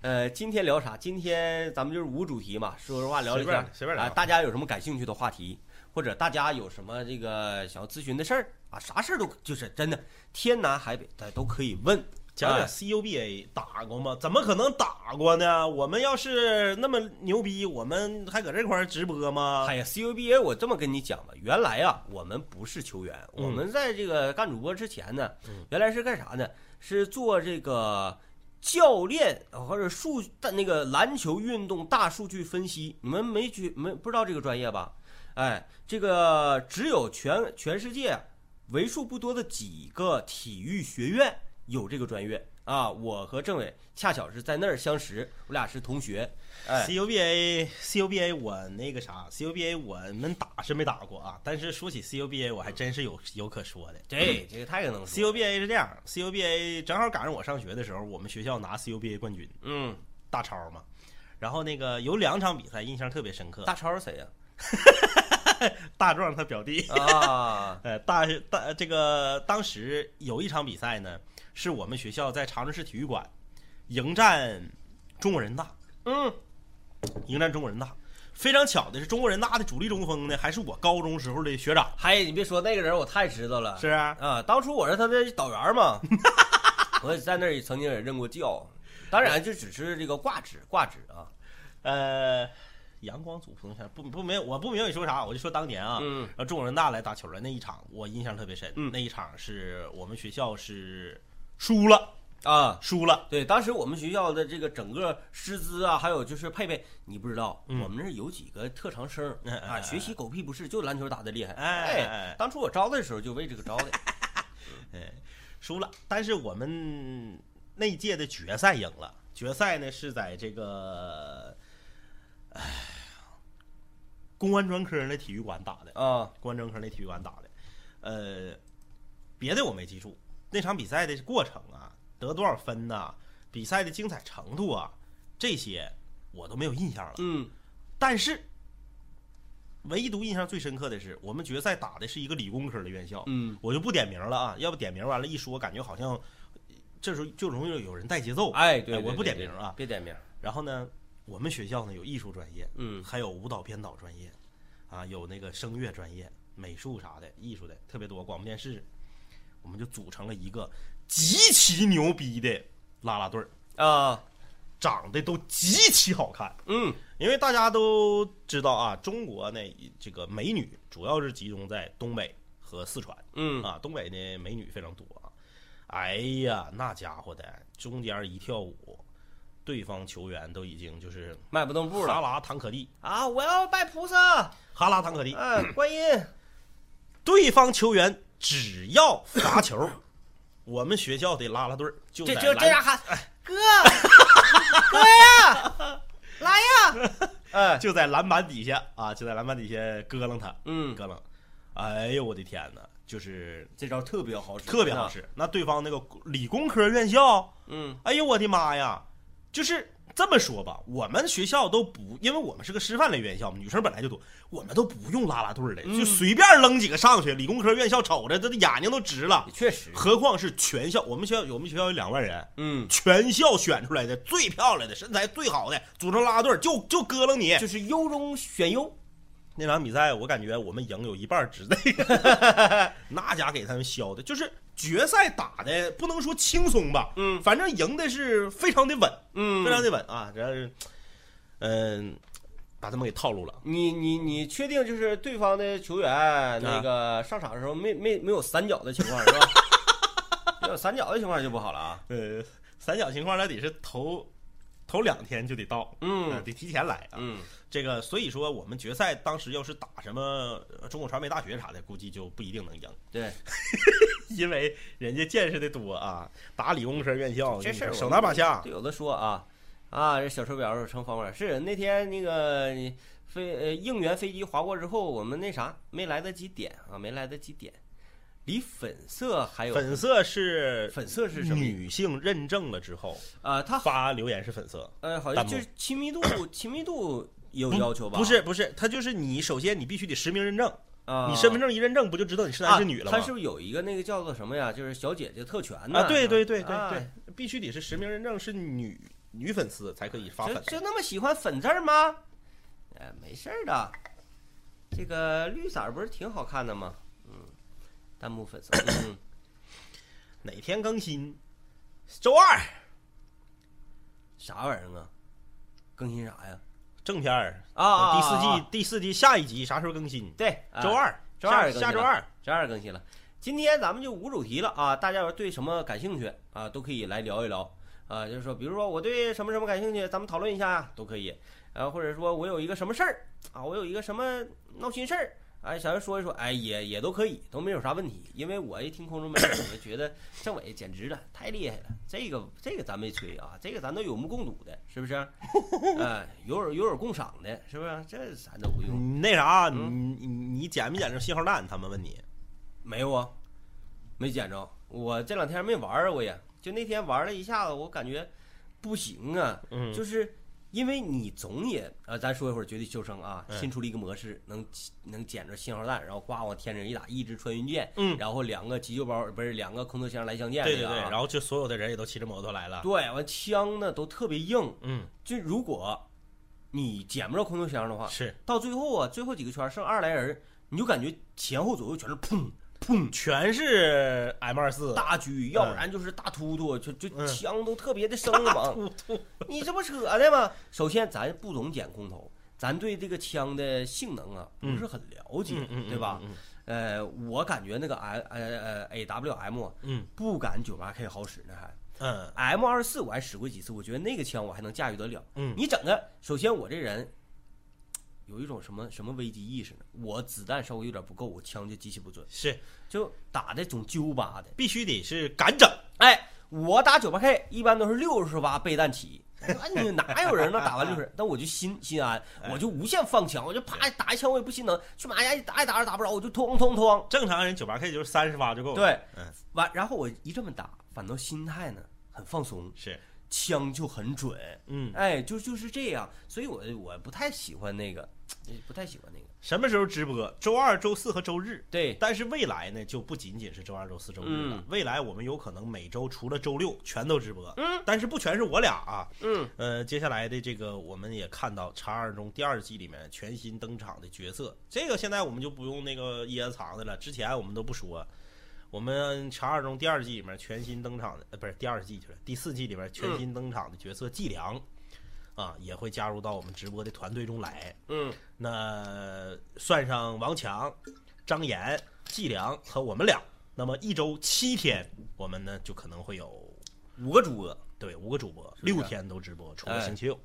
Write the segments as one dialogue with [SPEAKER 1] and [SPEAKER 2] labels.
[SPEAKER 1] 呃，今天聊啥？今天咱们就是无主题嘛，说实话聊一
[SPEAKER 2] 随
[SPEAKER 1] 下
[SPEAKER 2] 便随便聊哎
[SPEAKER 1] 啊，大家有什么感兴趣的话题，或者大家有什么这个想要咨询的事儿啊，啥事儿都就是真的天南海北的都可以问。
[SPEAKER 2] 讲
[SPEAKER 1] 哎
[SPEAKER 2] 讲 CUBA 打过吗？怎么可能打过呢？我们要是那么牛逼，我们还搁这块儿直播吗？
[SPEAKER 1] 哎呀，CUBA，我这么跟你讲吧，原来啊，我们不是球员，
[SPEAKER 2] 嗯
[SPEAKER 1] 我们在这个干主播之前呢
[SPEAKER 2] 嗯，
[SPEAKER 1] 原来是干啥呢？是做这个教练呃或者数那个篮球运动大数据分析。你们没去没不知道这个专业吧？哎，这个只有全全世界为数不多的几个体育学院有这个专业啊。我和政委恰巧是在那儿相识，我俩是同学。哎，
[SPEAKER 2] CUBA CUBA 我那个啥 CUBA 我们打是没打过啊，但是说起 CUBA 我还真是有有可说的。嗯
[SPEAKER 1] 这这个太能说了
[SPEAKER 2] CUBA 是这样，CUBA 正好赶上我上学的时候，我们学校拿 CUBA 冠军，
[SPEAKER 1] 嗯，
[SPEAKER 2] 大超嘛。然后那个有两场比赛印象特别深刻，大
[SPEAKER 1] 大超是谁呀、
[SPEAKER 2] 大壮他表弟，
[SPEAKER 1] 啊，
[SPEAKER 2] 呃，大大这个当时有一场比赛呢，是我们学校在长春市体育馆迎战中国人大，
[SPEAKER 1] 嗯，
[SPEAKER 2] 迎战中国人大。非常巧的是，中国人大的主力中锋呢，还是我高中时候的学长，
[SPEAKER 1] 嗨，你别说那个人，我太知道了，
[SPEAKER 2] 是啊，
[SPEAKER 1] 啊，当初我是他的导员嘛， 我在那儿也曾经也任过教，当然就只是这个挂职挂职啊，
[SPEAKER 2] 呃，阳光组普通圈不不没有，我不明白你说啥，我就说当年啊，
[SPEAKER 1] 嗯
[SPEAKER 2] 然后中国人大来打球了那一场，我印象特别深，
[SPEAKER 1] 嗯
[SPEAKER 2] 那一场是我们学校是输了，
[SPEAKER 1] 啊。
[SPEAKER 2] 输了，
[SPEAKER 1] 对，当时我们学校的这个整个师资啊，还有就是配备，你不知道，
[SPEAKER 2] 嗯
[SPEAKER 1] 我们那儿有几个特长生
[SPEAKER 2] 嗯
[SPEAKER 1] 啊，
[SPEAKER 2] 嗯
[SPEAKER 1] 学习狗屁不是，就篮球打的厉害。
[SPEAKER 2] 哎
[SPEAKER 1] 哎，当初我招的时候就为这个招的。
[SPEAKER 2] 哎，输了，但是我们那一届的决赛赢了，决赛呢是在这个，哎，公安专科那体育馆打的，
[SPEAKER 1] 啊，
[SPEAKER 2] 公安专科那体育馆打的，呃，别的我没记住，那场比赛的过程啊，得多少分呐、比赛的精彩程度啊，这些我都没有印象了。
[SPEAKER 1] 嗯，
[SPEAKER 2] 但是，唯独印象最深刻的是，我们决赛打的是一个理工科的院校，
[SPEAKER 1] 嗯，
[SPEAKER 2] 我就不点名了啊，要不点名完了，一说感觉好像这时候就容易有人带节奏。
[SPEAKER 1] 哎，对，
[SPEAKER 2] 哎
[SPEAKER 1] 对
[SPEAKER 2] 我不
[SPEAKER 1] 对
[SPEAKER 2] 点
[SPEAKER 1] 对
[SPEAKER 2] 名啊
[SPEAKER 1] 别点名。
[SPEAKER 2] 然后呢，我们学校呢有艺术专业，
[SPEAKER 1] 嗯
[SPEAKER 2] 还有舞蹈编导专业，啊，有那个声乐专业、美术啥的、艺术的特别多，广播电视，我们就组成了一个极其牛逼的啦啦队儿，
[SPEAKER 1] 啊，
[SPEAKER 2] 长得都极其好看。
[SPEAKER 1] 嗯，
[SPEAKER 2] 因为大家都知道啊，中国呢这个美女主要是集中在东北和四川，
[SPEAKER 1] 嗯
[SPEAKER 2] 啊，东北呢美女非常多啊。哎呀，那家伙的中间一跳舞，对方球员都已经就是
[SPEAKER 1] 迈不动步了
[SPEAKER 2] 哈拉唐可蒂，
[SPEAKER 1] 啊！我要拜菩萨。
[SPEAKER 2] 哈拉唐可蒂，
[SPEAKER 1] 哎，观音，
[SPEAKER 2] 对方球员只要罚球，我们学校的啦啦队儿就
[SPEAKER 1] 这
[SPEAKER 2] 在
[SPEAKER 1] 就哎
[SPEAKER 2] 篮
[SPEAKER 1] 这样喊，哥，哥呀，来呀！ 哎，
[SPEAKER 2] 就在篮板底下啊，就在篮板底下咯楞他，
[SPEAKER 1] 嗯，
[SPEAKER 2] 咯楞。哎呦我的天哪，就是
[SPEAKER 1] 这招特别好使，
[SPEAKER 2] 特别好。使。那对方那个理工科院校，
[SPEAKER 1] 嗯
[SPEAKER 2] 哎呦我的妈呀！就是这么说吧，我们学校都不，因为我们是个师范类院校嘛，女生本来就多，我们都不用啦啦队儿的，
[SPEAKER 1] 嗯
[SPEAKER 2] 就随便扔几个上去。理工科院校瞅着，这眼睛都直了。
[SPEAKER 1] 确实，
[SPEAKER 2] 何况是全校，我们学校我们学校有两万人，
[SPEAKER 1] 嗯，
[SPEAKER 2] 全校选出来的最漂亮的、身材最好的，组成啦啦队儿，就就咯楞你。
[SPEAKER 1] 就是优中选优。
[SPEAKER 2] 那场比赛，我感觉我们赢有一半儿 值那个，那家给他们削的，就是决赛打的不能说轻松吧，
[SPEAKER 1] 嗯
[SPEAKER 2] 反正赢的是非常的稳，
[SPEAKER 1] 嗯
[SPEAKER 2] 非常的稳啊。然后是，嗯、把他们给套路了。
[SPEAKER 1] 你你你确定就是对方的球员那个上场的时候没没没有散角的情况是吧？ 没有散角的情况就不好了啊。
[SPEAKER 2] 呃，散角情况那得是头头两天就得到，呃
[SPEAKER 1] 嗯
[SPEAKER 2] 得提前来啊。
[SPEAKER 1] 嗯
[SPEAKER 2] 这个所以说，我们决赛当时要是打什么呃中国传媒大学啥的，估计就不一定能赢，
[SPEAKER 1] 对，
[SPEAKER 2] 因为人家见识的多啊。打理工科院校，
[SPEAKER 1] 这事儿我
[SPEAKER 2] 手拿把掐，
[SPEAKER 1] 就有的说啊啊，这小手表有成方块儿是那天那个飞呃应援飞机划过之后，我们那啥没来得及点啊，没来得及点，离粉色还有
[SPEAKER 2] 粉色是
[SPEAKER 1] 粉色是什么意思
[SPEAKER 2] 女性认证了之后
[SPEAKER 1] 啊？它
[SPEAKER 2] 发留言是粉色，
[SPEAKER 1] 呃好像
[SPEAKER 2] 弹幕嗯
[SPEAKER 1] 就是亲密度亲密度有要求吧？
[SPEAKER 2] 不是不是，它就是你首先你必须得实名认证，
[SPEAKER 1] 啊，
[SPEAKER 2] 你身份证一认证不就知道你是
[SPEAKER 1] 啊
[SPEAKER 2] 男是女了吗？
[SPEAKER 1] 它是不是有一个那个叫做什么呀？就是小姐姐特权呢？
[SPEAKER 2] 啊，对对对对
[SPEAKER 1] 啊
[SPEAKER 2] 对，必须得是实名认证是女女粉丝才可以发
[SPEAKER 1] 就
[SPEAKER 2] 粉。
[SPEAKER 1] 就那么喜欢粉字儿吗？哎，没事儿的，这个绿色儿不是挺好看的吗？嗯，弹幕粉色，嗯，
[SPEAKER 2] 哪天更新？周二
[SPEAKER 1] 啥玩意儿啊？更新啥呀？
[SPEAKER 2] 正片儿
[SPEAKER 1] 啊啊啊
[SPEAKER 2] 第四
[SPEAKER 1] 啊
[SPEAKER 2] 季第四季下一集啥时候更新？
[SPEAKER 1] 对，啊
[SPEAKER 2] 周二，
[SPEAKER 1] 周二
[SPEAKER 2] 下
[SPEAKER 1] 更新
[SPEAKER 2] 下周
[SPEAKER 1] 了
[SPEAKER 2] 二。
[SPEAKER 1] 周二更新了。今天咱们就无主题了啊，大家要是对什么感兴趣啊，都可以来聊一聊啊，就是说，比如说我对什么什么感兴趣，咱们讨论一下呀，都可以。啊，或者说我有一个什么事儿啊，我有一个什么闹心事儿，哎，想要说一说，哎，也也都可以，都没有啥问题。因为我一听空中门，我就觉得政委简直了，太厉害了，这个这个咱没吹啊，这个咱都有目共睹的，是不是？ 啊，有耳有耳共赏的，是不是？这咱都不用。
[SPEAKER 2] 你那啥，你
[SPEAKER 1] 嗯
[SPEAKER 2] 你你捡没捡着信号弹？他们问你，
[SPEAKER 1] 没有啊，没捡着。我这两天没玩儿，我也就那天玩了一下子，我感觉不行啊，
[SPEAKER 2] 嗯
[SPEAKER 1] 就是因为你总也啊、咱说一会儿《绝地求生》啊，
[SPEAKER 2] 嗯
[SPEAKER 1] 新出了一个模式，能能捡着信号弹，然后呱往天上一打，一支穿云箭，
[SPEAKER 2] 嗯
[SPEAKER 1] 然后两个急救包不是两个空投箱来相见，
[SPEAKER 2] 对
[SPEAKER 1] 这
[SPEAKER 2] 对
[SPEAKER 1] 个
[SPEAKER 2] 对，
[SPEAKER 1] 啊
[SPEAKER 2] 然后就所有的人也都骑着摩托来了，
[SPEAKER 1] 对，完枪呢都特别硬，
[SPEAKER 2] 嗯，
[SPEAKER 1] 就如果你捡不着空投箱的话，
[SPEAKER 2] 是
[SPEAKER 1] 到最后啊，最后几个圈儿剩二十来人儿，你就感觉前后左右全是砰
[SPEAKER 2] 砰，全是 M 二四，
[SPEAKER 1] 嗯大狙，要不然就是大突突，就就
[SPEAKER 2] 嗯
[SPEAKER 1] 枪都特别的生猛。
[SPEAKER 2] 突突，
[SPEAKER 1] 你这不扯的吗？首先，咱不总捡空投，咱对这个枪的性能啊不是很了解
[SPEAKER 2] 嗯嗯，嗯
[SPEAKER 1] 对吧？？
[SPEAKER 2] 嗯
[SPEAKER 1] 呃，我感觉那个 I 呃呃 A W M
[SPEAKER 2] 嗯
[SPEAKER 1] 不敢九八 K 好使呢，还
[SPEAKER 2] 嗯
[SPEAKER 1] M 二四我还使过几次，我觉得那个枪我还能驾驭得了。
[SPEAKER 2] 嗯
[SPEAKER 1] 你整的，首先我这人有一种什么什么危机意识呢？我子弹稍微有点不够，我枪就极其不准，
[SPEAKER 2] 是
[SPEAKER 1] 就打的总揪巴的。
[SPEAKER 2] 必须得是敢整，
[SPEAKER 1] 哎，我打九八 K 一般都是六十发备弹起。我说哎你哪有人能打完六十？但我就心心安，我就无限放枪，我就啪打一枪，我也不心疼，去马家一打也打着打不着，我就通通通。
[SPEAKER 2] 正常人九八 K 就是三十发就够了。，
[SPEAKER 1] 对，
[SPEAKER 2] 嗯，
[SPEAKER 1] 完然后我一这么打，反倒心态呢很放松，
[SPEAKER 2] 是，
[SPEAKER 1] 枪就很准。
[SPEAKER 2] 嗯，
[SPEAKER 1] 哎，就就是这样，所以我我不太喜欢那个，哎不太喜欢那个。
[SPEAKER 2] 什么时候直播？周二、周四和周日。
[SPEAKER 1] 对，
[SPEAKER 2] 但是未来呢，就不仅仅是周二、周四、周日了。
[SPEAKER 1] 嗯
[SPEAKER 2] 未来我们有可能每周除了周六全都直播，嗯，但是不全是我俩啊，
[SPEAKER 1] 嗯，
[SPEAKER 2] 呃，接下来的这个我们也看到《查二》中第二季里面全新登场的角色，这个现在我们就不用那个掖着藏着了，之前我们都不说。我们《查二》中第二季里面全新登场的，呃，不是第二季去了，第四季里面全
[SPEAKER 1] 嗯
[SPEAKER 2] 新登场的角色季良，啊，也会加入到我们直播的团队中来。
[SPEAKER 1] 嗯，
[SPEAKER 2] 那算上王强、张岩、季良和我们俩，那么一周七天，我们呢就可能会有
[SPEAKER 1] 五个主播。
[SPEAKER 2] 对五个主播，
[SPEAKER 1] 不是哎
[SPEAKER 2] 六天都直播，除了星期六。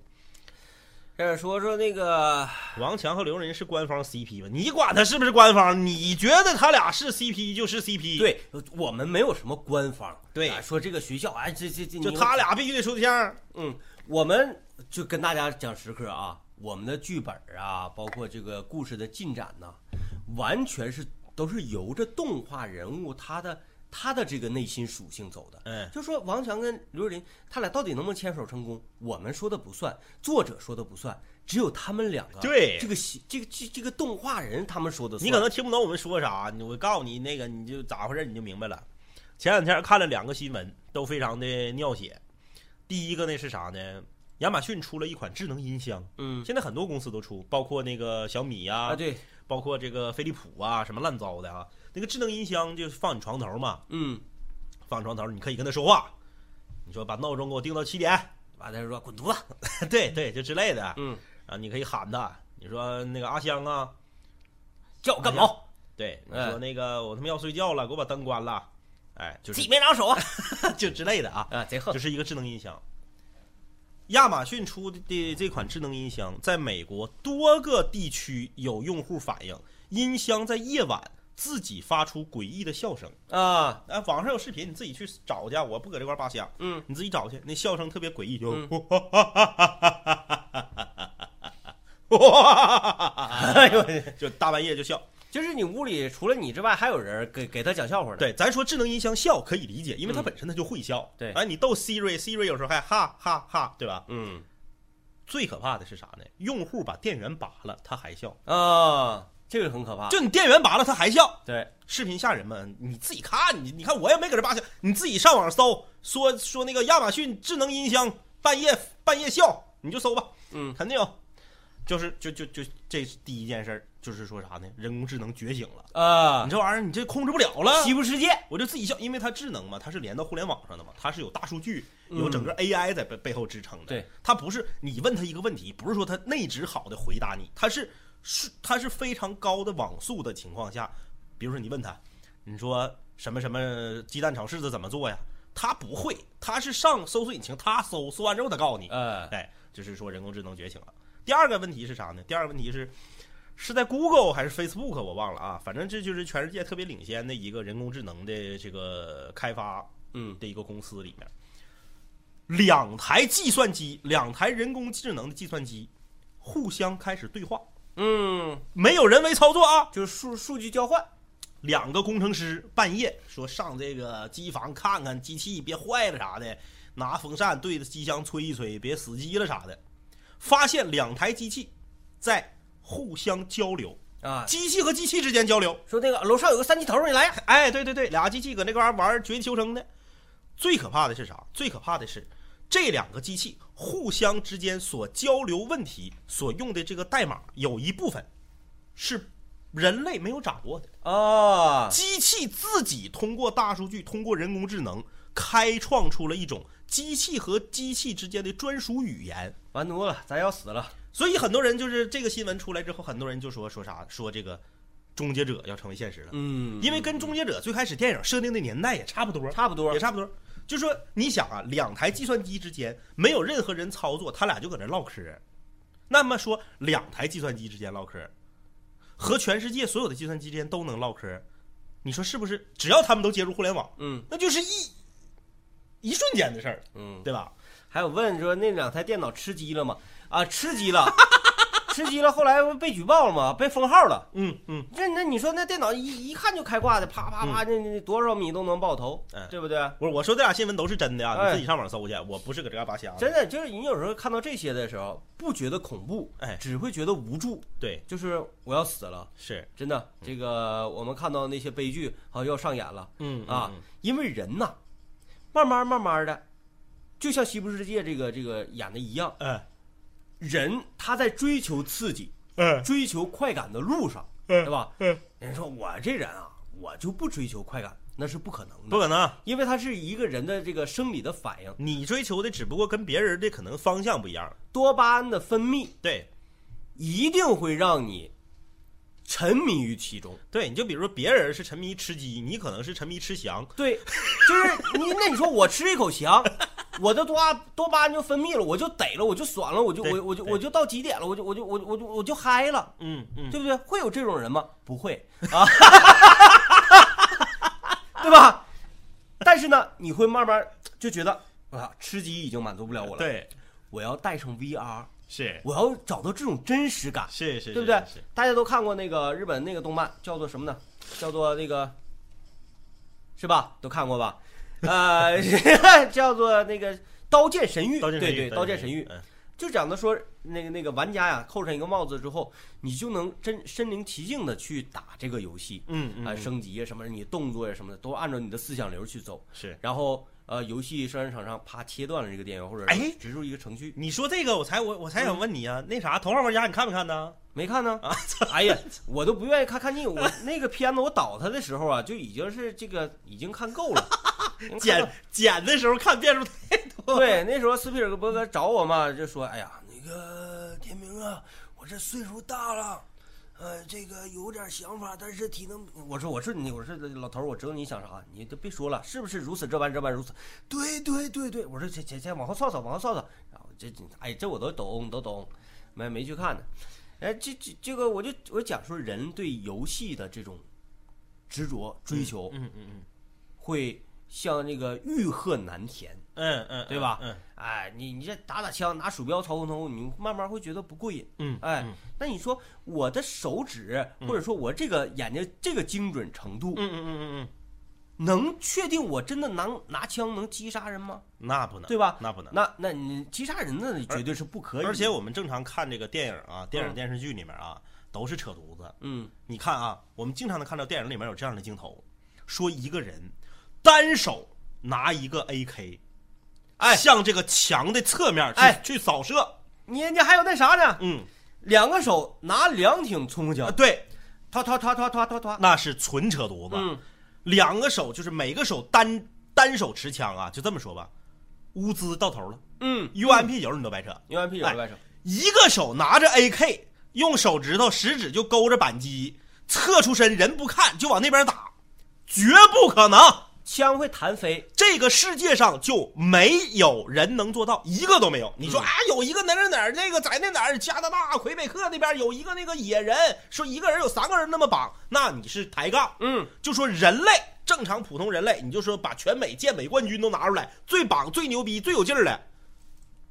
[SPEAKER 1] 这说说那个，
[SPEAKER 2] 王强和刘仁是官方 CP 吧？你管他是不是官方？你觉得他俩是 CP 就是 CP，，
[SPEAKER 1] 对我们没有什么官方，
[SPEAKER 2] 对
[SPEAKER 1] 啊说这个学校，哎，这这这，
[SPEAKER 2] 就
[SPEAKER 1] 你
[SPEAKER 2] 他俩必须得处对象。
[SPEAKER 1] 嗯，我们就跟大家讲实嗑啊，我们的剧本啊，包括这个故事的进展呐、完全是都是由着动画人物他的他的这个内心属性走的。
[SPEAKER 2] 嗯，
[SPEAKER 1] 就说王强跟刘若琳他俩到底能不能牵手成功，我们说的不算，作者说的不算，只有他们两个
[SPEAKER 2] 对
[SPEAKER 1] 这个戏这个这这个动画人他们说的算。
[SPEAKER 2] 你可能听不懂我们说啥，你我告诉你那个你就咋回事你就明白了。前两天看了两个新闻，都非常的尿血。第一个呢是啥呢？亚马逊出了一款智能音箱，
[SPEAKER 1] 嗯
[SPEAKER 2] 现在很多公司都出，包括那个小米呀、
[SPEAKER 1] 啊对
[SPEAKER 2] 包括这个飞利浦啊，什么乱糟的啊。那个智能音箱就是放你床头嘛，
[SPEAKER 1] 嗯，
[SPEAKER 2] 放床头你可以跟他说话，你说把闹钟给我定到七点，
[SPEAKER 1] 完了说滚犊子，
[SPEAKER 2] 对对，就之类的。
[SPEAKER 1] 嗯，
[SPEAKER 2] 啊，你可以喊他，你说那个阿香啊，
[SPEAKER 1] 叫我干毛，
[SPEAKER 2] 对，你
[SPEAKER 1] 哎
[SPEAKER 2] 说那个我他妈要睡觉了，给我把灯关了，哎，就
[SPEAKER 1] 自
[SPEAKER 2] 是
[SPEAKER 1] 己没长手啊
[SPEAKER 2] 就之类的啊，
[SPEAKER 1] 啊贼横
[SPEAKER 2] 就，是一个智能音箱。亚马逊出的这款智能音箱，在美国多个地区有用户反映，音箱在夜晚自己发出诡异的笑声。
[SPEAKER 1] 啊
[SPEAKER 2] 啊，网上有视频，你自己去找去啊，我不搁这块儿扒瞎。
[SPEAKER 1] 嗯，
[SPEAKER 2] 你自己找去，那笑声特别诡异，就
[SPEAKER 1] 嗯
[SPEAKER 2] 哎呦我去， 就大半夜就笑。
[SPEAKER 1] 就是你屋里除了你之外还有人给给他讲笑话的，
[SPEAKER 2] 对，咱说智能音箱笑可以理解，因为它
[SPEAKER 1] 嗯
[SPEAKER 2] 本身它就会笑。
[SPEAKER 1] 对
[SPEAKER 2] 哎，你逗 Siri，Siri 有时候还哈哈哈，对吧？
[SPEAKER 1] 嗯
[SPEAKER 2] 最可怕的是啥呢？用户把电源拔了，他还笑。
[SPEAKER 1] 啊，这个很可怕，
[SPEAKER 2] 就你电源拔了，他还笑。
[SPEAKER 1] 对，
[SPEAKER 2] 视频吓人吗？你自己看，你你看我也没搁这扒瞎，你自己上网搜，说说那个亚马逊智能音箱半夜半夜笑，你就搜吧，
[SPEAKER 1] 嗯，
[SPEAKER 2] 肯定有。就是就就就这是第一件事儿，就是说啥呢？人工智能觉醒了，
[SPEAKER 1] 啊
[SPEAKER 2] 你，这玩意儿你这控制不了了。
[SPEAKER 1] 西部世界，
[SPEAKER 2] 我就自己笑，因为它智能嘛，它是连到互联网上的嘛，它是有大数据，
[SPEAKER 1] 嗯
[SPEAKER 2] 有整个 AI 在背背后支撑的。
[SPEAKER 1] 对，
[SPEAKER 2] 它不是你问它一个问题，不是说它内置好的回答你，它是是它是非常高的网速的情况下，比如说你问它，你说什么什么鸡蛋炒柿子怎么做呀？它不会，它是上搜索引擎，它搜，搜完之后它告诉你，
[SPEAKER 1] 呃，
[SPEAKER 2] 哎，就是说人工智能觉醒了。第二个问题是啥呢？第二个问题是是在 Google 还是 Facebook 我忘了啊，反正这就是全世界特别领先的一个人工智能的这个开发
[SPEAKER 1] 嗯，
[SPEAKER 2] 的一个公司里面，两台计算机，两台人工智能的计算机互相开始对话，
[SPEAKER 1] 嗯，
[SPEAKER 2] 没有人为操作啊，
[SPEAKER 1] 就是数数据交换，
[SPEAKER 2] 两个工程师半夜说上这个机房看看机器别坏了啥的，拿风扇对着机箱吹一吹，别死机了啥的。发现两台机器在互相交流，
[SPEAKER 1] 啊，
[SPEAKER 2] 机器和机器之间交流。
[SPEAKER 1] 说那个楼上有个三级头，你来呀，
[SPEAKER 2] 哎，对对对，俩机器搁那块儿玩儿绝地求生呢。最可怕的是啥？最可怕的是这两个机器互相之间所交流问题所用的这个代码，有一部分是人类没有掌握的。
[SPEAKER 1] 啊，
[SPEAKER 2] 机器自己通过大数据，通过人工智能，开创出了一种机器和机器之间的专属语言。
[SPEAKER 1] 完犊了，咱要死了，
[SPEAKER 2] 所以很多人就是这个新闻出来之后，很多人就说说啥， 说这个终结者要成为现实了，
[SPEAKER 1] 嗯，
[SPEAKER 2] 因为跟终结者最开始电影设定的年代也差不多，
[SPEAKER 1] 差不多
[SPEAKER 2] 也，差不多。就说你想啊，两台计算机之间没有任何人操作，他俩就搁那唠嗑。那么说，两台计算机之间唠嗑，和全世界所有的计算机之间都能唠嗑，你说是不是？只要他们都接入互联网，
[SPEAKER 1] 嗯
[SPEAKER 2] 那就是一一瞬间的事儿，
[SPEAKER 1] 嗯，
[SPEAKER 2] 对吧？
[SPEAKER 1] 还有问说那两台电脑吃鸡了吗？啊，吃鸡了， 吃鸡了，后来不被举报了吗？被封号了。
[SPEAKER 2] 嗯嗯，
[SPEAKER 1] 这那你说那电脑一一看就开挂的，啪啪啪，那那多少米都能爆头
[SPEAKER 2] 哎，
[SPEAKER 1] 对不对？
[SPEAKER 2] 不是，我说这俩新闻都是真的啊，
[SPEAKER 1] 哎
[SPEAKER 2] 你自己上网搜去，我不是搁这嘎拔瞎
[SPEAKER 1] 真
[SPEAKER 2] 的。
[SPEAKER 1] 的就是你有时候看到这些的时候，不觉得恐怖，
[SPEAKER 2] 哎
[SPEAKER 1] 只会觉得无助，
[SPEAKER 2] 对，
[SPEAKER 1] 就是我要死了。
[SPEAKER 2] 是，
[SPEAKER 1] 真的，这个我们看到那些悲剧好像要上演了
[SPEAKER 2] 嗯
[SPEAKER 1] 啊，因为人呐，慢慢慢慢的，就像《西部世界》这个这个演的一样，
[SPEAKER 2] 嗯
[SPEAKER 1] 人他在追求刺激、
[SPEAKER 2] 嗯
[SPEAKER 1] 追求快感的路上，
[SPEAKER 2] 嗯
[SPEAKER 1] 对吧？
[SPEAKER 2] 嗯，
[SPEAKER 1] 人说我这人啊，我就不追求快感，那是不可能
[SPEAKER 2] 不
[SPEAKER 1] 的，
[SPEAKER 2] 可能，啊
[SPEAKER 1] 因为它是一个人的这个生理的反应，
[SPEAKER 2] 你追求的只不过跟别人的可能方向不一样，
[SPEAKER 1] 多巴胺的分泌
[SPEAKER 2] 对。
[SPEAKER 1] 一定会让你沉迷于其中。
[SPEAKER 2] 对，你就比如说别人是沉迷吃鸡，你可能是沉迷吃翔，
[SPEAKER 1] 对，就是你，那你说我吃一口翔， 我的多巴多巴胺就分泌了，我就逮了，我就爽了，我就
[SPEAKER 2] 对
[SPEAKER 1] 我我就
[SPEAKER 2] 对
[SPEAKER 1] 我就到极点了，我就我就我就我就我就嗨了，
[SPEAKER 2] 嗯嗯，
[SPEAKER 1] 对不对？会有这种人吗？不会啊， 对吧？但是呢，你会慢慢就觉得啊，吃鸡已经满足不了我了，
[SPEAKER 2] 对，
[SPEAKER 1] 我要带上 VR，
[SPEAKER 2] 是
[SPEAKER 1] 我要找到这种真实感，
[SPEAKER 2] 是是，
[SPEAKER 1] 对不对
[SPEAKER 2] 是？
[SPEAKER 1] 大家都看过那个日本那个动漫叫做什么呢？叫做那个，是吧？都看过吧？ 呃，叫做那个《刀剑神域》，
[SPEAKER 2] 刀剑神
[SPEAKER 1] 对
[SPEAKER 2] 域，
[SPEAKER 1] 对，《刀剑神域》
[SPEAKER 2] 嗯
[SPEAKER 1] 就讲的说，那个那个玩家呀，扣上一个帽子之后，你就能真身临其境的去打这个游戏，
[SPEAKER 2] 嗯嗯
[SPEAKER 1] 啊、
[SPEAKER 2] 嗯，
[SPEAKER 1] 升级呀什么的，你动作呀什么的，都按照你的思想流去走。
[SPEAKER 2] 是。
[SPEAKER 1] 然后呃，游戏生产厂商啪切断了这个电源，或者
[SPEAKER 2] 哎
[SPEAKER 1] 植入一个程序，
[SPEAKER 2] 你说这个，我才我我才
[SPEAKER 1] 嗯
[SPEAKER 2] 想问你啊，那啥《头号玩家》你看没看呢？
[SPEAKER 1] 没看呢。哎呀，我都不愿意看看腻。我那个片子我倒它的时候啊，就已经是这个已经看够了。已经看够
[SPEAKER 2] 剪剪的时候看变数太，
[SPEAKER 1] 对，那时候斯皮尔伯格找我嘛，就说：“哎呀，那个天明啊，我这岁数大了，呃，这个有点想法，但是体能……我说我是你，我是老头儿，我知道你想啥，你就别说了，是不是如此这般这般如此？对对对对，我说这这这往后稍稍，往后稍稍，然后这这哎这我都懂都懂，没没去看呢。哎，这这这个我就我讲说人对游戏的这种执着追求，
[SPEAKER 2] 嗯嗯
[SPEAKER 1] 会像那个欲壑难填。”
[SPEAKER 2] 嗯嗯，
[SPEAKER 1] 对吧
[SPEAKER 2] 嗯
[SPEAKER 1] 哎，你你这打打枪，拿鼠标操控操控，你慢慢会觉得不过瘾。
[SPEAKER 2] 嗯，
[SPEAKER 1] 哎
[SPEAKER 2] 嗯，
[SPEAKER 1] 那你说我的手指，或者说我这个眼睛这个精准程度，
[SPEAKER 2] 嗯嗯嗯嗯嗯，
[SPEAKER 1] 能确定我真的能拿枪能击杀人吗？
[SPEAKER 2] 那不能，
[SPEAKER 1] 对吧？
[SPEAKER 2] 那不能。
[SPEAKER 1] 那那你击杀人那绝对是不可以。
[SPEAKER 2] 嗯而且，我们正常看这个电影啊，电
[SPEAKER 1] 嗯
[SPEAKER 2] 影电视剧里面啊，都是扯犊子。
[SPEAKER 1] 嗯
[SPEAKER 2] 你看啊，我们经常能看到电影里面有这样的镜头，说一个人单手拿一个 AK，
[SPEAKER 1] 哎
[SPEAKER 2] 向这个墙的侧面去、
[SPEAKER 1] 哎
[SPEAKER 2] 去扫射。
[SPEAKER 1] 你你还有那啥呢？
[SPEAKER 2] 嗯，
[SPEAKER 1] 两个手拿凉挺冲
[SPEAKER 2] 啊
[SPEAKER 1] 脚，
[SPEAKER 2] 对，嗯
[SPEAKER 1] 突突突突突突突，
[SPEAKER 2] 那是纯扯犊子。
[SPEAKER 1] 嗯，
[SPEAKER 2] 两个手就是每个手单单手持枪啊，就这么说吧。乌兹到头了
[SPEAKER 1] 嗯，
[SPEAKER 2] ，U M P 九你都白扯，
[SPEAKER 1] 牛丸啤酒
[SPEAKER 2] 哎
[SPEAKER 1] 外甥，
[SPEAKER 2] 一个手拿着 A K，用手指头食指就勾着扳机，侧出身人不看就往那边打，绝不可能。
[SPEAKER 1] 枪会弹飞，
[SPEAKER 2] 这个世界上就没有人能做到，一个都没有。你说
[SPEAKER 1] 嗯
[SPEAKER 2] 啊，有一个哪儿哪儿那个在那哪儿加拿大魁北克那边有一个那个野人，说一个人有三个人那么绑，那你是抬杠。
[SPEAKER 1] 嗯，
[SPEAKER 2] 就说人类正常普通人类，你就说把全美健美冠军都拿出来，最绑最牛逼最有劲儿的，